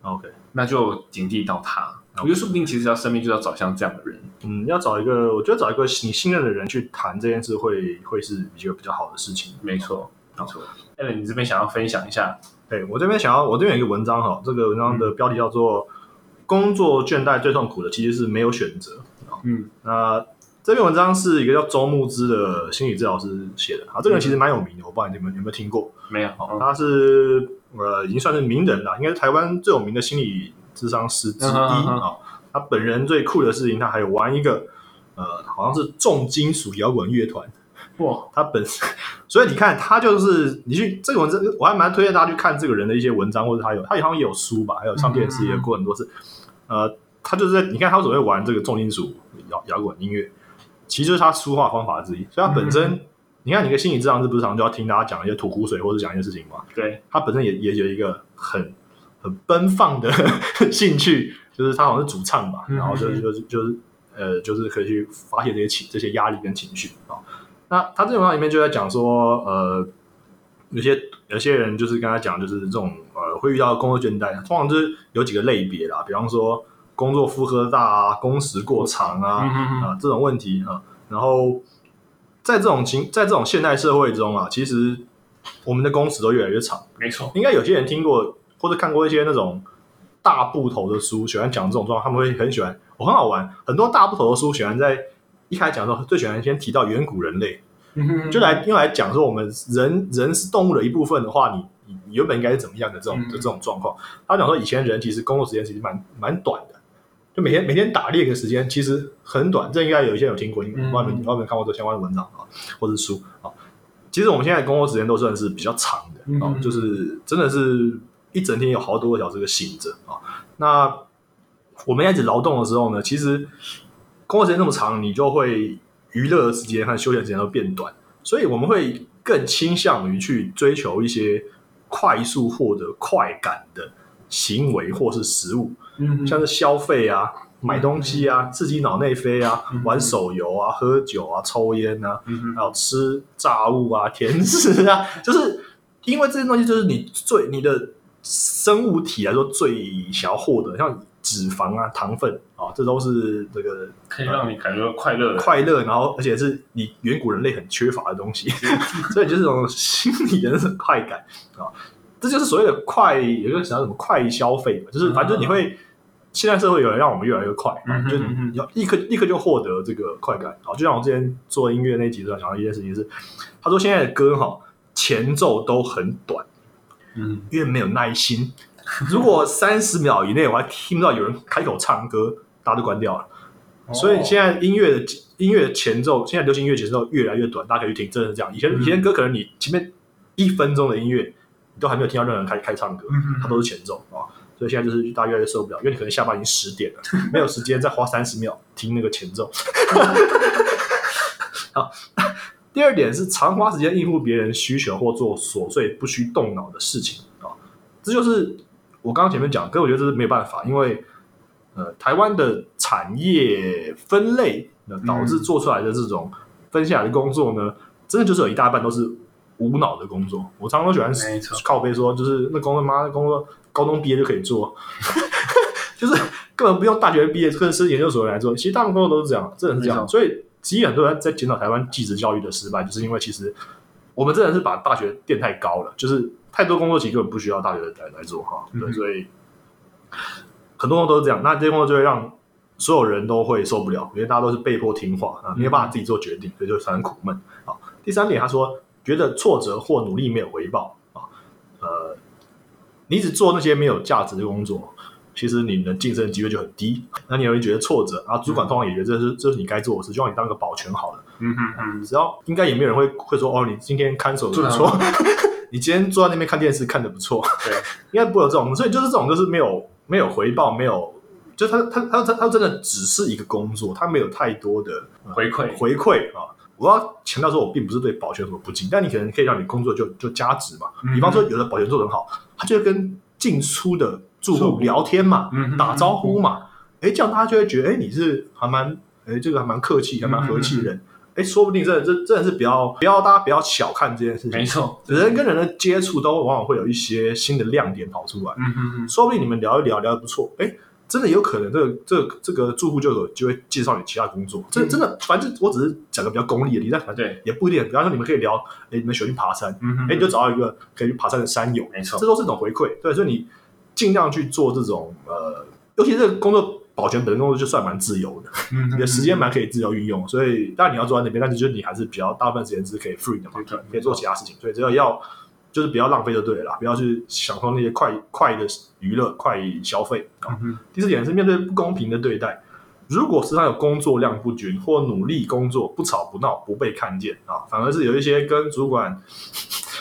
Speaker 1: OK，
Speaker 2: 那就警惕到他，我觉得说不定其实要生命就要找像这样的人，
Speaker 1: 嗯，要找一个，我觉得找一个你信任的人去谈这件事会，会是一个比较好的事情。
Speaker 2: 没错，没错。艾伦，你这边想要分享一下？
Speaker 1: 对我这边想要，我这边有一个文章哈，这个文章
Speaker 2: 嗯
Speaker 1: 的标题叫做《工作倦怠最痛苦的其实是没有选择》。
Speaker 2: 嗯，
Speaker 1: 那这篇文章是一个叫周牧之的心理治疗师写的，啊，这个人其实蛮有名的，我不知道你们有没有听过，
Speaker 2: 没有，嗯
Speaker 1: 他是呃已经算是名人了，应该是台湾最有名的心理智商师之一
Speaker 2: 嗯哼嗯哼
Speaker 1: 啊。他本人最酷的事情，他还有玩一个呃，好像是重金属摇滚乐团。
Speaker 2: 哇，
Speaker 1: 他本身， 所以你看，他就是你去这个文章，我还蛮推荐大家去看这个人的一些文章，或者他有他好像也有书吧，还有上电视也过很多次。呃，他就是在你看他所谓玩这个重金属摇摇滚音乐，其实就是他书画方法之一。所以他本身，你看你一个心理治疗师不是常就要听大家讲一些吐苦水或者讲一些事情嘛？
Speaker 2: 对，
Speaker 1: 他本身也也有一个很很奔放的 兴趣，就是他好像是主唱吧，
Speaker 2: 嗯
Speaker 1: 然后就是就是就是呃，就是可以去发泄这些情这些压力跟情绪啊、那他这文章里面就在讲说，呃，有些有些人就是跟他讲，就是这种呃会遇到工作倦怠，通常就是有几个类别啦，比方说工作负荷大啊，工时过长啊，
Speaker 2: 嗯哼哼，
Speaker 1: 啊这种问题啊。然后在这种情，在这种现代社会中啊，其实我们的工时都越来越长。
Speaker 2: 没错，
Speaker 1: 应该有些人听过或者看过一些那种大部头的书，喜欢讲这种状况，他们会很喜欢。我、很好玩，很多大部头的书喜欢在一开始讲的时候，最喜欢先提到远古人类。就
Speaker 2: 嗯
Speaker 1: 来用来讲说，我们人人是动物的一部分的话，你你你原本应该是怎么样的这种
Speaker 2: 嗯
Speaker 1: 的这种状况？他讲说，以前人其实工作时间其实蛮蛮短的，就每天每天打猎的时间其实很短。这应该有一些人有听过，你
Speaker 2: 嗯
Speaker 1: 外面外面看过这相关的文章啊，或者是书啊。其实我们现在工作时间都算是比较长的
Speaker 2: 嗯
Speaker 1: 哦，就是真的是一整天有好多个小时的醒着啊。那我们一开始劳动的时候呢，其实工作时间那么长，你就会娱乐的时间和休闲时间都变短，所以我们会更倾向于去追求一些快速获得快感的行为或是食物，
Speaker 2: 嗯
Speaker 1: 像是消费啊、买东西啊、刺激脑内啡啊、
Speaker 2: 嗯
Speaker 1: 玩手游啊、喝酒啊、抽烟啊，
Speaker 2: 嗯
Speaker 1: 还有吃炸物啊、甜食啊，就是因为这些东西就是你最你的生物体来说最想要获得，像脂肪啊、糖分啊，这都是这个
Speaker 2: 可以让你感觉到快乐的，
Speaker 1: 快乐，然后而且是你远古人类很缺乏的东西， 所以就是这种心理的那种快感啊，这就是所谓的快，有一个想要什么快消费嘛，就是反正就是你会。现在社会有人让我们越来越快，
Speaker 2: 嗯嗯哼
Speaker 1: 就
Speaker 2: 嗯哼
Speaker 1: 你要立刻立刻就获得这个快感啊！就像我之前做音乐那一集的时候讲到一件事情是，他说现在的歌哈前奏都很短，
Speaker 2: 嗯，
Speaker 1: 因为没有耐心。如果三十秒以内我还听不到有人开口唱歌，大家都关掉了。所
Speaker 2: 哦
Speaker 1: 以现在音乐的音乐的前奏，现在流行音乐前奏越来越短，大家可以去听，真的是这样。以前
Speaker 2: 嗯
Speaker 1: 以前歌可能你前面一分钟的音乐，你都还没有听到任何人开开唱歌，它
Speaker 2: 嗯
Speaker 1: 都是前奏啊。所以现在就是大家越来越受不了，因为你可能下班已经十点了，没有时间再花三十秒听那个前奏。 好，第二点是常花时间应付别人需求或做琐碎不需动脑的事情啊，这就是我刚刚前面讲，可是我觉得这是没有办法，因为呃，台湾的产业分类呃导致做出来的这种分下来的工作呢，真的就是有一大半都是无脑的工作。我常常都喜欢
Speaker 2: 没错
Speaker 1: 靠背说，就是那工作妈那工作高中毕业就可以做， 就是根本不用大学毕业，甚至是研究所来做。其实大部分工作都是这样，真的是这
Speaker 2: 没
Speaker 1: 样。
Speaker 2: 错
Speaker 1: 所以其实很多人在检讨台湾技职教育的失败，就是因为其实我们真的是把大学垫太高了，就是太多工作其实根本不需要大学来来做哈。
Speaker 2: 嗯
Speaker 1: 对，
Speaker 2: 哼
Speaker 1: 所以很多工作都是这样。那这些工作就会让所有人都会受不了，因为大家都是被迫听话啊，没有办法自己做决定，所以就很苦闷。啊，第三点，他说觉得挫折或努力没有回报啊，呃，你只做那些没有价值的工作，其实你的晋升机会就很低。那你也会觉得挫折啊，主管通常也觉得这是这是你该做的事，就让你当个保全好了。
Speaker 2: 嗯哼嗯，
Speaker 1: 只要应该也没有人会会说哦，你今天看守的不
Speaker 2: 做
Speaker 1: 错， 你今天坐在那边看电视看的不错，
Speaker 2: 啊对，
Speaker 1: 应该不会有这种，所以就是这种就是没有没有回报，没有，就他他他他他真的只是一个工作，他没有太多的、呃
Speaker 2: 回馈
Speaker 1: 回馈啊。我要强调说，我并不是对保全有什么不敬，但你可能可以让你工作就就加值嘛。
Speaker 2: 嗯
Speaker 1: 比方说，有的保全做得很好，他就会跟进出的住
Speaker 2: 住
Speaker 1: 户
Speaker 2: 户
Speaker 1: 聊天嘛，
Speaker 2: 嗯哼
Speaker 1: 打招呼嘛，
Speaker 2: 嗯
Speaker 1: 哎、这样大家就会觉得，哎、你是还蛮，哎、这个还蛮客
Speaker 2: 嗯
Speaker 1: 气，还蛮和气的人，哎、说不定真的真真的是不要不要大家不要小看这件事
Speaker 2: 没
Speaker 1: 情，
Speaker 2: 错，
Speaker 1: 人跟人的接触都往往会有一些新的亮点跑出来，
Speaker 2: 嗯哼嗯，
Speaker 1: 说不定你们聊一聊聊得不错，哎、真的有可能这个这个这个住户就有就会介绍你其他工作，这
Speaker 2: 嗯
Speaker 1: 真的，反正我只是讲个比较功利的例子，但反正
Speaker 2: 对，
Speaker 1: 也不一定。比方说你们可以聊，哎、你们喜欢去爬山，
Speaker 2: 嗯哼，
Speaker 1: 哎、你就找到一个可以去爬山的山友，
Speaker 2: 没错
Speaker 1: 这，都是一种回馈。对，所以你尽量去做这种呃，尤其这个工作保全本身工作就算蛮自由的，
Speaker 2: 嗯
Speaker 1: 你的时间蛮可以自由运用。所以当然你要坐在那边，但是就是你还是比较大部分时间是可以 free 的嘛
Speaker 2: 没错，
Speaker 1: 可以做其他事情。所以只要要就是不要浪费就对了啦，不要去享受那些快快的娱乐、快消费啊。
Speaker 2: 嗯哼
Speaker 1: 第四点是面对不公平的对待。如果时常有工作量不均或努力工作不吵不闹不被看见啊，反而是有一些跟主管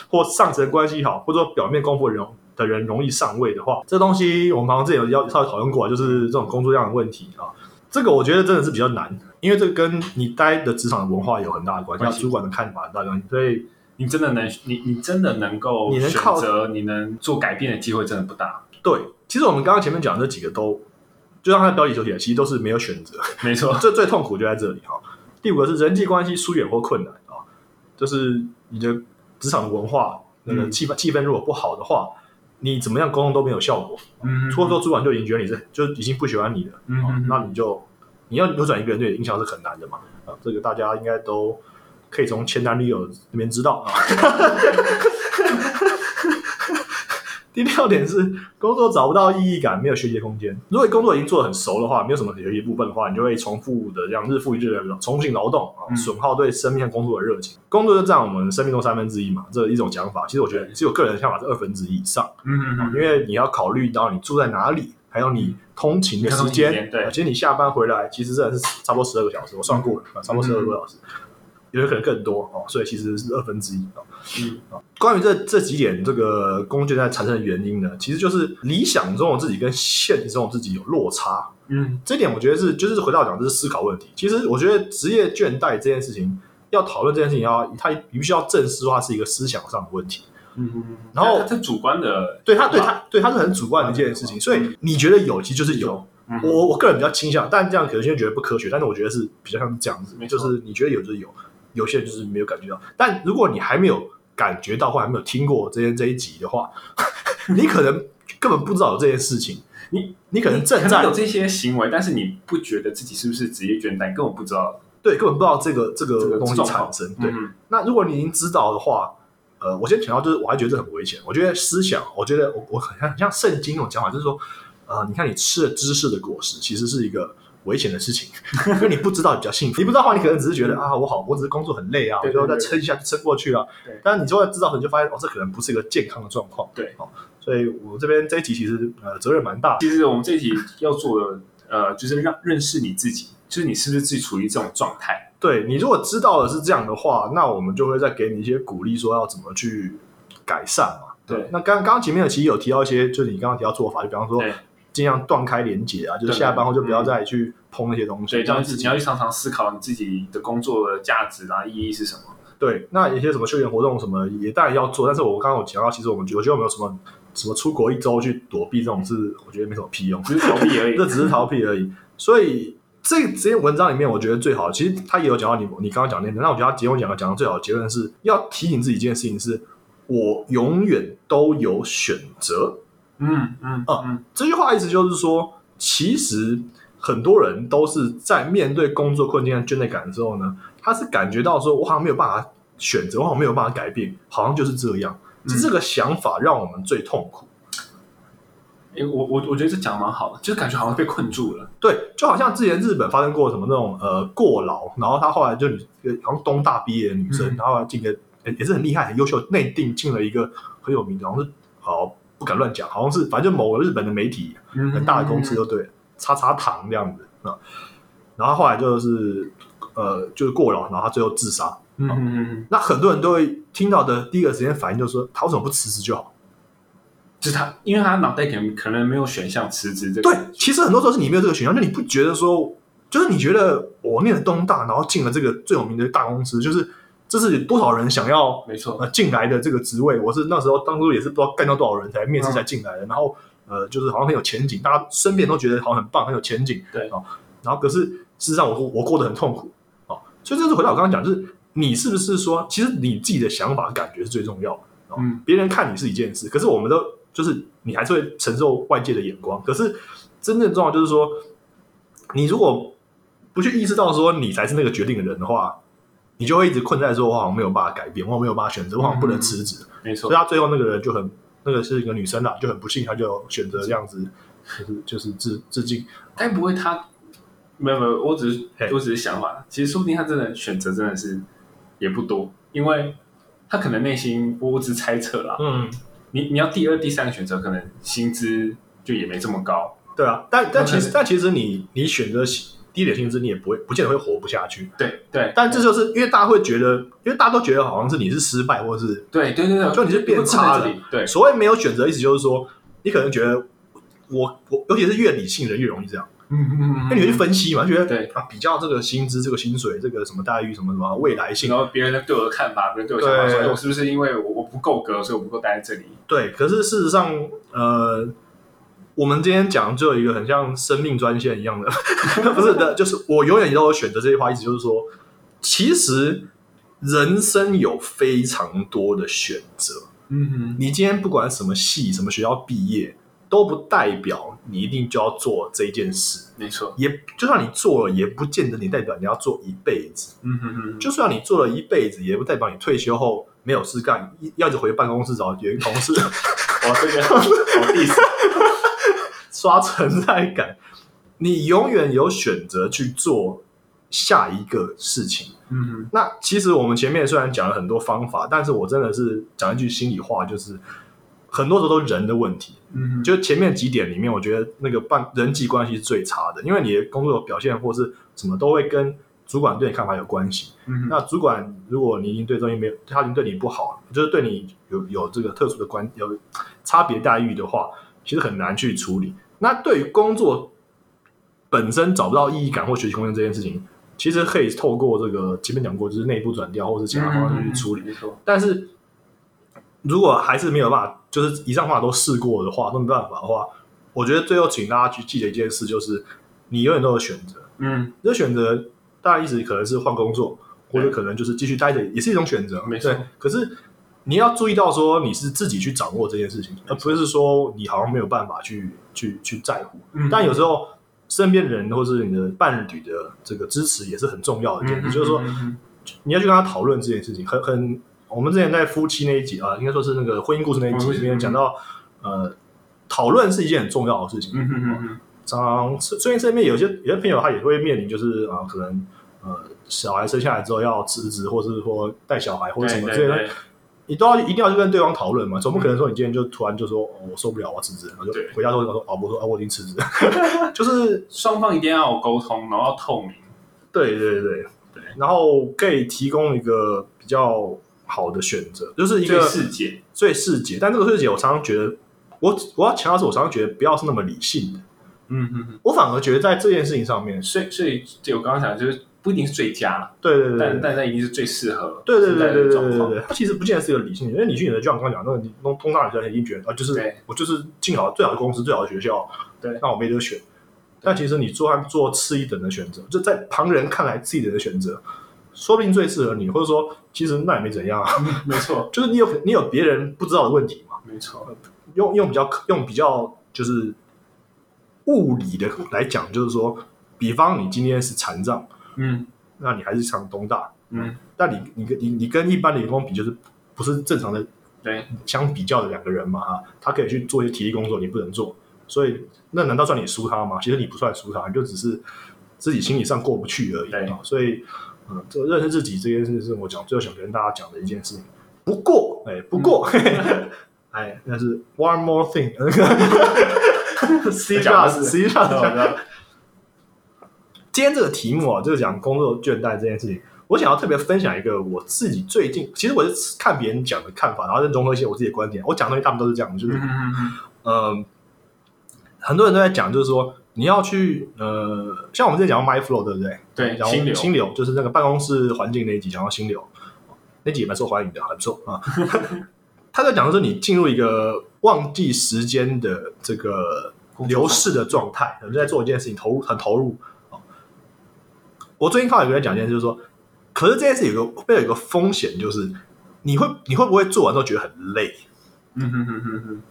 Speaker 1: 或上层关系好，或者说表面功夫的人的人容易上位的话，这东西我们好像之前有要稍微讨论过，就是这种工作量的问题啊。这个我觉得真的是比较难，因为这个跟你待的职场的文化有很大的关系，还
Speaker 2: 关
Speaker 1: 有
Speaker 2: 系
Speaker 1: 主管的看法很大的关系，所以
Speaker 2: 你真的能，你你真的能够
Speaker 1: 你能
Speaker 2: 选
Speaker 1: 靠
Speaker 2: 择，你能做改变的机会真的不大。
Speaker 1: 对，其实我们刚刚前面讲的这几个都，就像他的标题所写，其实都是没有选择，
Speaker 2: 没错，
Speaker 1: 这最痛苦就在这里哈、第五个是人际关系疏远或困难啊、就是你的职场文化那个
Speaker 2: 嗯
Speaker 1: 气氛、气氛如果不好的话，你怎么样沟通都没有效果。
Speaker 2: 嗯
Speaker 1: 或者说主管就已经觉得你是就已经不喜欢你了，
Speaker 2: 嗯
Speaker 1: 啊
Speaker 2: 嗯嗯
Speaker 1: 那你就你要扭转一个人对你的印象是很难的嘛啊，这个大家应该都可以从前男女友那边知道啊。 第六点是工作找不到意义感，没有学习的空间。如果工作已经做得很熟的话，没有什么学习部分的话，你就会重复的这样日复一日的重复劳动啊，
Speaker 2: 嗯
Speaker 1: 损耗对生命和工作的热情。工作就占我们生命中三分之一嘛，这一种讲法。其实我觉得，
Speaker 2: 对
Speaker 1: 其实我个人的想法是二分之一以上。
Speaker 2: 嗯嗯
Speaker 1: 因为你要考虑到你住在哪里，还有你通勤的时
Speaker 2: 你的通勤时
Speaker 1: 间。
Speaker 2: 间对
Speaker 1: 其实你下班回来，其实真的是差不多十二个小时，我算过了，啊差不多十二个多小时。有可能更多哦，所以其实是二分之一哦。
Speaker 2: 嗯
Speaker 1: 哦关于这这几点，这个工具在产生的原因呢，其实就是理想中的自己跟现实中的自己有落差。
Speaker 2: 嗯
Speaker 1: 这点我觉得是，就是回到讲，就是思考问题。其实我觉得职业倦怠这件事情，要讨论这件事情要，它必须要正视说它是一个思想上的问题。
Speaker 2: 嗯，
Speaker 1: 然后
Speaker 2: 它它主观的，
Speaker 1: 对他，对他，对他是很主观的一件事情。所以你觉得有，其实就是有。
Speaker 2: 嗯
Speaker 1: 我我个人比较倾向，但这样可能现在觉得不科学，但是我觉得是比较像这样子
Speaker 2: 没，错
Speaker 1: 就是你觉得有就是有，有些人就是没有感觉到。但如果你还没有感觉到或还没有听过这些这一集的话， 你可能根本不知道有这件事情，
Speaker 2: 你
Speaker 1: 你可能正
Speaker 2: 可能
Speaker 1: 在
Speaker 2: 有这些行为，但是你不觉得自己是不是职业倦怠，根本不知道
Speaker 1: 对根本不知道这个这
Speaker 2: 这
Speaker 1: 个
Speaker 2: 个
Speaker 1: 东西
Speaker 2: 状
Speaker 1: 产
Speaker 2: 况
Speaker 1: 生。对，
Speaker 2: 嗯
Speaker 1: 那如果你已经知道的话，呃，我先讲到就是，我还觉得这很危险。我觉得思想，我觉得我我很像很像圣经那种讲法，就是说，呃，你看你吃了知识的果实，其实是一个危险的事情， 因为你不知道你比较幸福。你不知道的话，你可能只是觉得啊，我好，我只是工作很累啊，我
Speaker 2: 对对
Speaker 1: 就再
Speaker 2: 对
Speaker 1: 撑一下，撑过去啊
Speaker 2: 对。
Speaker 1: 但你就会知道，你就发现哦，这可能不是一个健康的状况。
Speaker 2: 对
Speaker 1: 哦，所以我这边这一题其实呃责任蛮大的。
Speaker 2: 其实我们这一题要做的，呃，就是让认识你自己，就是你是不是自己处于这种状态？
Speaker 1: 对你如果知道了是这样的话，那我们就会再给你一些鼓励，说要怎么去改善嘛。
Speaker 2: 对
Speaker 1: 那刚刚前面有其实有提到一些，就是你刚刚提到做法，就比方说
Speaker 2: 对
Speaker 1: 尽量断开连接啊，就是
Speaker 2: 对
Speaker 1: 下班后就不要
Speaker 2: 嗯
Speaker 1: 再去碰那些东西。
Speaker 2: 所以这样
Speaker 1: 自
Speaker 2: 子你
Speaker 1: 己
Speaker 2: 要去常常思考你自己的工作的价值啊、意义是什么。
Speaker 1: 对，那有些什么休闲活动什么也当然要做，但是我刚刚有讲到，其实我们我觉得我们有什么什么出国一周去躲避这种事，我觉得没什么屁用。
Speaker 2: 只是逃避而已。
Speaker 1: 这只是逃避而已。所以这这些文章里面，我觉得最好，其实他也有讲到你你刚刚讲的那点，那我觉得他结论讲的讲的最好的结论是要提醒自己一件事情是：我永远都有选择。
Speaker 2: 嗯嗯
Speaker 1: 哦
Speaker 2: 嗯，
Speaker 1: 这句话意思就是说，其实很多人都是在面对工作困境和倦怠感的时候呢，他是感觉到说，我好像没有办法选择，我好像没有办法改变，好像就是这样。
Speaker 2: 嗯
Speaker 1: 是这个想法让我们最痛苦。
Speaker 2: 诶我我我觉得这讲得蛮好的，就是感觉好像被困住了。
Speaker 1: 对，就好像之前日本发生过什么那种呃过劳，然后她后来就女，呃好像东大毕业的女生，
Speaker 2: 嗯
Speaker 1: 然后进个也也是很厉害、很优秀，内定进了一个很有名的，好像是哦不敢乱讲，好像是反正就某个日本的媒体
Speaker 2: 嗯
Speaker 1: 很大的公司就对了，叉叉堂这样子啊、然后后来就是呃就是过劳，然后她最后自杀。
Speaker 2: 嗯嗯嗯嗯，
Speaker 1: 那很多人都会听到的第一个时间反应就是说，她为什么不辞职就好？
Speaker 2: 就是他，因为他脑袋可能可能没有选项辞职这个。
Speaker 1: 对，其实很多时候是你没有这个选项，就你不觉得说，就是你觉得我念了东大，然后进了这个最有名的大公司，就是这是多少人想要
Speaker 2: 没错，
Speaker 1: 呃进来的这个职位。我是那时候当初也是不知道干掉多少人才面试才进来的，然后呃就是好像很有前景，大家身边都觉得好像很棒，很有前景。
Speaker 2: 对
Speaker 1: 哦，然后可是事实上我过我过得很痛苦哦，所以这是回到我刚刚讲，就是你是不是说，其实你自己的想法感觉是最重要的。
Speaker 2: 嗯
Speaker 1: 别人看你是一件事，可是我们都就是你还是会承受外界的眼光。可是真正重要就是说，你如果不去意识到说你才是那个决定的人的话，你就会一直困在说，我好像没有办法改变，我好像没有办法选择，我好像不能辞职。
Speaker 2: 没错
Speaker 1: 所以。他最后那个人就很，那个是一个女生啦，就很不幸，她就选择这样子， 就是就是致致敬。
Speaker 2: 该哎不会他没有没有，我只是
Speaker 1: 嘿
Speaker 2: 我只是想法，其实说不定他真的选择真的是也不多，因为他可能内心我只猜测啦。
Speaker 1: 嗯，
Speaker 2: 你你要第二、第三个选择，可能薪资就也没这么高。
Speaker 1: 对啊，但但其实
Speaker 2: OK
Speaker 1: 但其实你你选择低点薪资，你也不会不见得会活不下去。
Speaker 2: 对对
Speaker 1: 但这就是因为大家会觉得，因为大家都觉得好像是你是失败，或是
Speaker 2: 对对对对，
Speaker 1: 就你是变差了
Speaker 2: 会困在这里。对，
Speaker 1: 所谓没有选择，意思就是说，你可能觉得我我，尤其是越理性的人越容易这样，
Speaker 2: 嗯嗯嗯
Speaker 1: 因为你会去分析嘛，觉得
Speaker 2: 对
Speaker 1: 啊，比较这个薪资、这个薪水、这个什么待遇、什么什么未来性
Speaker 2: 然，后别人对我的看法，别人对我的想法，
Speaker 1: 对
Speaker 2: 所以我是不是因为我我不够格，所以我不够待在这里？
Speaker 1: 对。可是事实上，呃，我们今天讲就有一个很像生命专线一样的， 不是的，就是我永远都有选择这句话，意思就是说，其实人生有非常多的选择。
Speaker 2: 嗯
Speaker 1: 你今天不管什么系、什么学校毕业，都不代表你一定就要做这件事。
Speaker 2: 没错。
Speaker 1: 也就算你做了，也不见得你代表你要做一辈子。
Speaker 2: 嗯哼哼，
Speaker 1: 就算你做了一辈子，也不代表你退休后没有事干，一要一直回办公室找员同事
Speaker 2: 我这个我第四，
Speaker 1: 刷存在感。你永远有选择去做下一个事情。
Speaker 2: 嗯哼，
Speaker 1: 那其实我们前面虽然讲了很多方法，但是我真的是讲一句心里话，就是很多时候都是人的问题。
Speaker 2: 嗯哼，
Speaker 1: 就前面几点里面，我觉得那个办人际关系是最差的，因为你的工作表现或是什么都会跟主管对你看法有关系。
Speaker 2: 嗯哼
Speaker 1: 那主管如果你已经对这东西没有，他已经对你不好，就是对你有有这个特殊的关有差别待遇的话，其实很难去处理。那对于工作本身找不到意义感或学习空间这件事情，其实可以透过这个前面讲过，就是内部转调或是其他方式啊去处理。
Speaker 2: 嗯没错，
Speaker 1: 但是如果还是没有办法，就是以上方法都试过的话，都没办法的话，我觉得最后请大家去记得一件事，就是你永远都有选择。
Speaker 2: 嗯，
Speaker 1: 你的选择大家一直可能是换工作，或
Speaker 2: 对
Speaker 1: 者可能就是继续待着，也是一种选择。
Speaker 2: 没错
Speaker 1: 对，可是你要注意到说你是自己去掌握这件事情，而不是说你好像没有办法去去去在乎。
Speaker 2: 嗯
Speaker 1: 但有时候身边的人或是你的伴侣的这个支持也是很重要的一点，也就是说
Speaker 2: 嗯嗯
Speaker 1: 你要去跟他讨论这件事情，很很。我们之前在夫妻那一集啊，应该说是那个婚姻故事那一集
Speaker 2: 嗯
Speaker 1: 里面讲到，呃，讨论是一件很重要的事情。
Speaker 2: 嗯嗯嗯嗯
Speaker 1: 常常最近身边有些有些朋友他也会面临就是啊、呃可能呃小孩生下来之后要辞职，或是说带小孩或者
Speaker 2: 嗯，
Speaker 1: 什么
Speaker 2: 对
Speaker 1: 之类
Speaker 2: 对
Speaker 1: 的，
Speaker 2: 对
Speaker 1: 你都要一定要去跟对方讨论嘛，总不可能说你今天就突然就说、哦我受不了，我要辞职，然后就
Speaker 2: 嗯对
Speaker 1: 回家之后就说哦，我说啊我已经辞职了， 就是
Speaker 2: 双方一定要有沟通，然后要透明，
Speaker 1: 对对对
Speaker 2: 对，
Speaker 1: 然后可以提供一个比较好的选择，就是一
Speaker 2: 最
Speaker 1: 个
Speaker 2: 世界，
Speaker 1: 最适解。但这个最适解，我常常觉得我我要强调是，我常常觉得不要是那么理性的，
Speaker 2: 嗯嗯嗯，
Speaker 1: 我反而觉得在这件事情上面，
Speaker 2: 所以所以就我刚刚讲的就是不一定是最佳啦，
Speaker 1: 对对对对
Speaker 2: 但。但那一定是最适合
Speaker 1: 对对
Speaker 2: 现
Speaker 1: 对
Speaker 2: 在
Speaker 1: 对
Speaker 2: 的
Speaker 1: 对
Speaker 2: 状
Speaker 1: 对
Speaker 2: 况
Speaker 1: 对，，它其实不见得是一个理性的，因为理性的就像我刚刚讲，那个你通通常有些人已经觉得啊，就是
Speaker 2: 对
Speaker 1: 我就是进好最好的公司、最好的学校，啊
Speaker 2: 对
Speaker 1: 那我没得选。但其实你做和做次一等的选择，就在旁人看来次一等的选择，说不定最适合你，或者说其实那也没怎样啊，
Speaker 2: 嗯没错
Speaker 1: 就是你有你有别人不知道的问题嘛，
Speaker 2: 没错，
Speaker 1: 用用比较用比较就是物理的来讲，就是说，比方你今天是残障，
Speaker 2: 嗯
Speaker 1: 那你还是上东大，
Speaker 2: 嗯，
Speaker 1: 但你你跟你你跟一般的员工比，就是不是正常的
Speaker 2: 对，
Speaker 1: 相比较的两个人嘛，啊，他可以去做一些体力工作，你不能做，所以那难道算你输他吗？其实你不算输他，你就只是自己心理上过不去而已。
Speaker 2: 对
Speaker 1: 啊所以，嗯，这认识自己这件事是我讲最后想跟大家讲的一件事情。不过，哎，不过，嘿嘿嘿
Speaker 2: 嗯
Speaker 1: 哎，那是 one more thing，那 个 C
Speaker 2: 讲
Speaker 1: 大
Speaker 2: 的是
Speaker 1: C 大
Speaker 2: 我知道
Speaker 1: 今天这个题目啊，就是讲工作倦怠这件事情。我想要特别分享一个我自己最近，其实我是看别人讲的看法，然后再融合一些我自己的观点。我讲的东西他们都是这样，就是
Speaker 2: 嗯嗯嗯
Speaker 1: 呃，很多人都在讲，就是说你要去呃，像我们之前讲到 MyFlow，对不对？
Speaker 2: 对
Speaker 1: 讲
Speaker 2: 心流
Speaker 1: 心流就是那个办公室环境那一集，讲到心流，那集也蛮受欢迎的，还不错 啊。他在讲的是你进入一个忘记时间的这个流逝的状态，你在做一件事情投入很投入。哦我最近看到有个人讲一件事，就是说，可是这件事有个会有一个风险，就是你会你会不会做完之后觉得很累？
Speaker 2: 嗯嗯嗯嗯嗯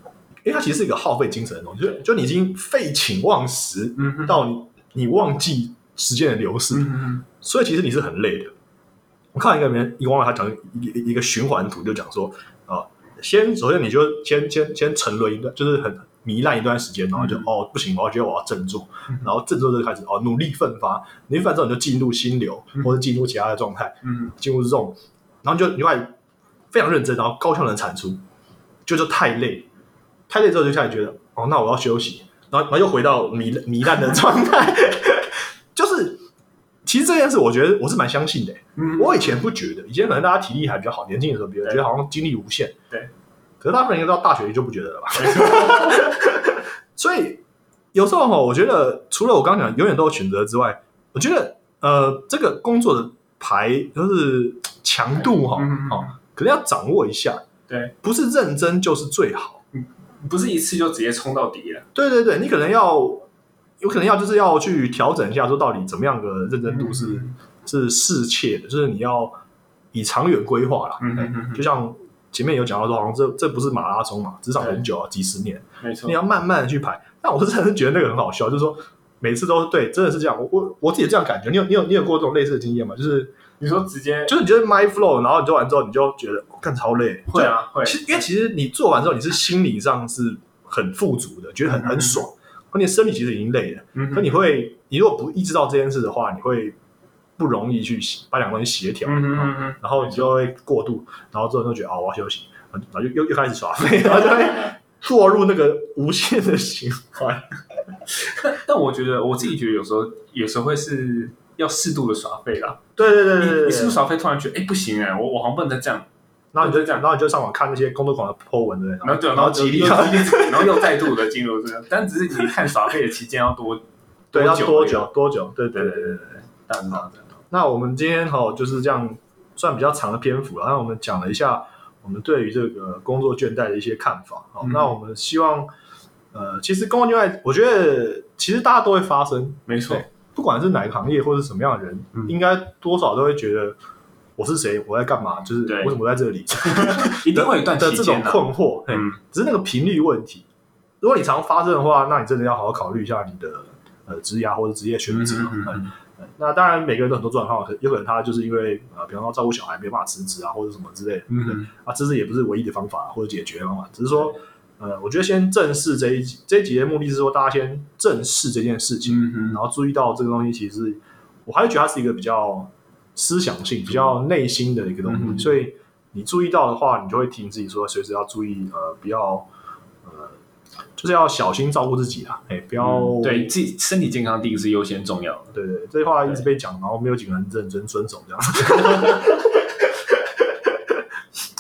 Speaker 1: 因为它其实是一个耗费精神的东西，就就你已经废寝忘食
Speaker 2: 嗯嗯，
Speaker 1: 到你你忘记时间的流逝，
Speaker 2: 嗯嗯
Speaker 1: 所以其实你是很累的。我看到一个人，一个网友他讲一个一个循环图，就讲说啊，先首先你就先先先沉沦一段，就是很糜烂一段时间，然后就、
Speaker 2: 嗯
Speaker 1: 哦不行，我要觉得我要振作
Speaker 2: 嗯，
Speaker 1: 然后振作就开始哦努力奋发，努力奋发之后你就进入心流
Speaker 2: 嗯
Speaker 1: 或者进入其他的状态，
Speaker 2: 嗯
Speaker 1: 进入这种，然后就你就开始非常认真，然后高效能产出，就就太累，太累之后就开始觉得，哦，那我要休息，然后然后又回到糜烂糜烂的状态， 就是其实这件事，我觉得我是蛮相信的欸、
Speaker 2: 嗯，
Speaker 1: 我以前不觉得，以前可能大家体力还比较好，年轻的时候比较
Speaker 2: 对
Speaker 1: 觉得好像精力无限，
Speaker 2: 对，
Speaker 1: 可是大部分人到大学就不觉得了吧， 所以有时候哈，我觉得除了我刚刚讲永远都有选择之外，我觉得呃，这个工作的排就是强度哈，
Speaker 2: 嗯
Speaker 1: 哦，可能要掌握一下，
Speaker 2: 对，
Speaker 1: 不是认真就是最好。
Speaker 2: 不是一次就直接冲到底了，
Speaker 1: 对对对，你可能要有可能要就是要去调整一下，说到底怎么样的认
Speaker 2: 嗯
Speaker 1: 真度是、是适切的，就是你要以长远规划啦。
Speaker 2: 嗯嗯嗯嗯
Speaker 1: 就像前面有讲到说，好像这这不是马拉松嘛，职场很久啊，几十年。
Speaker 2: 没错
Speaker 1: 你，要慢慢的去排。但我真的是觉得那个很好笑，就是说每次都对，真的是这样。我我我自己也这样感觉。你有你有你有过这种类似的经验吗？就是
Speaker 2: 你说直接
Speaker 1: 就是你觉得 my flow，然后你做完之后，你就觉得我干、超累。
Speaker 2: 会啊会
Speaker 1: 就，，其实因为其实你做完之后，你是心理上是很富足的，觉得很很爽，而你的身体其实已经累了。
Speaker 2: 嗯
Speaker 1: 可你会，你如果不意识到这件事的话，你会不容易去把两个东西协调。
Speaker 2: 嗯嗯
Speaker 1: 哦
Speaker 2: 嗯嗯，
Speaker 1: 然后你就会过度，然后之后就觉得啊、我要休息，然后又又又开始耍废， 然后就会落入那个无限的循环。
Speaker 2: 但我觉得我自己觉得有时候有时候会是要适度的耍废啦。
Speaker 1: 对对对
Speaker 2: 你
Speaker 1: 对对
Speaker 2: 你是不
Speaker 1: 对
Speaker 2: 是。耍废突然觉得哎不行哎，我我好像不能再这样，
Speaker 1: 然后你就
Speaker 2: 就这样
Speaker 1: 然后你就上网看那些工作狂的 po 文对不
Speaker 2: 然后对，
Speaker 1: 然后激励
Speaker 2: 然
Speaker 1: 他
Speaker 2: 后又，然后又再度的进入这个，但只是你看耍废的期间要多
Speaker 1: 对，要多
Speaker 2: 多久
Speaker 1: 久多久？对对对对对。对
Speaker 2: 淡到这样。
Speaker 1: 那我们今天哈就是这样，算比较长的篇幅了。那我们讲了一下我们对于这个工作倦怠的一些看法。好，
Speaker 2: 嗯
Speaker 1: 那我们希望，呃，其实工作倦怠，我觉得其实大家都会发生，
Speaker 2: 没错
Speaker 1: 对，不管是哪个行业或是什么样的人，
Speaker 2: 嗯
Speaker 1: 应该多少都会觉得我是谁，我在干嘛，就是
Speaker 2: 对
Speaker 1: 为什么我在 这里，
Speaker 2: 一定会有一段
Speaker 1: 的
Speaker 2: 期
Speaker 1: 这
Speaker 2: 间
Speaker 1: 种
Speaker 2: 啊
Speaker 1: 困惑。嘿
Speaker 2: 嗯，
Speaker 1: 只是那个频率问题。如果你常发生的话，那你真的要好好考虑一下你的呃职涯或者职业选
Speaker 2: 嗯
Speaker 1: 择。
Speaker 2: 嗯嗯
Speaker 1: 呃
Speaker 2: 嗯
Speaker 1: 那当然，每个人都很多状况，有可能他就是因为啊、呃比方说照顾小孩没办法辞职啊，或者什么之类的。
Speaker 2: 嗯嗯，
Speaker 1: 啊，这是也不是唯一的方法或者解决的方法，只是说，呃，我觉得先正视这一集，这一集的目的是说大家先正视这件事情，
Speaker 2: 嗯嗯
Speaker 1: 然后注意到这个东西，其实我还是觉得它是一个比较思想性、比较内心的一个东西，
Speaker 2: 嗯哼
Speaker 1: 所以你注意到的话，你就会提醒自己说，随时要注意，呃，不要，呃，就是要小心照顾自己啊，哎，不要、
Speaker 2: 嗯对自己身体健康第一个是优先重要的。
Speaker 1: 对对，这句话一直被讲，然后没有几个人认真遵守这样。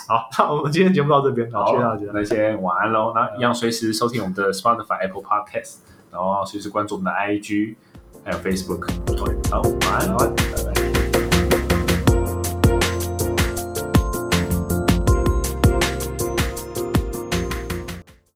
Speaker 1: 好，那我们今天节目到这边，好，谢谢大家。
Speaker 2: 那先晚安喽。那一样随时收听我们的 Spotify、Apple Podcast，然后随时关注我们的 IG 还有 Facebook。好，晚安，晚安，拜拜。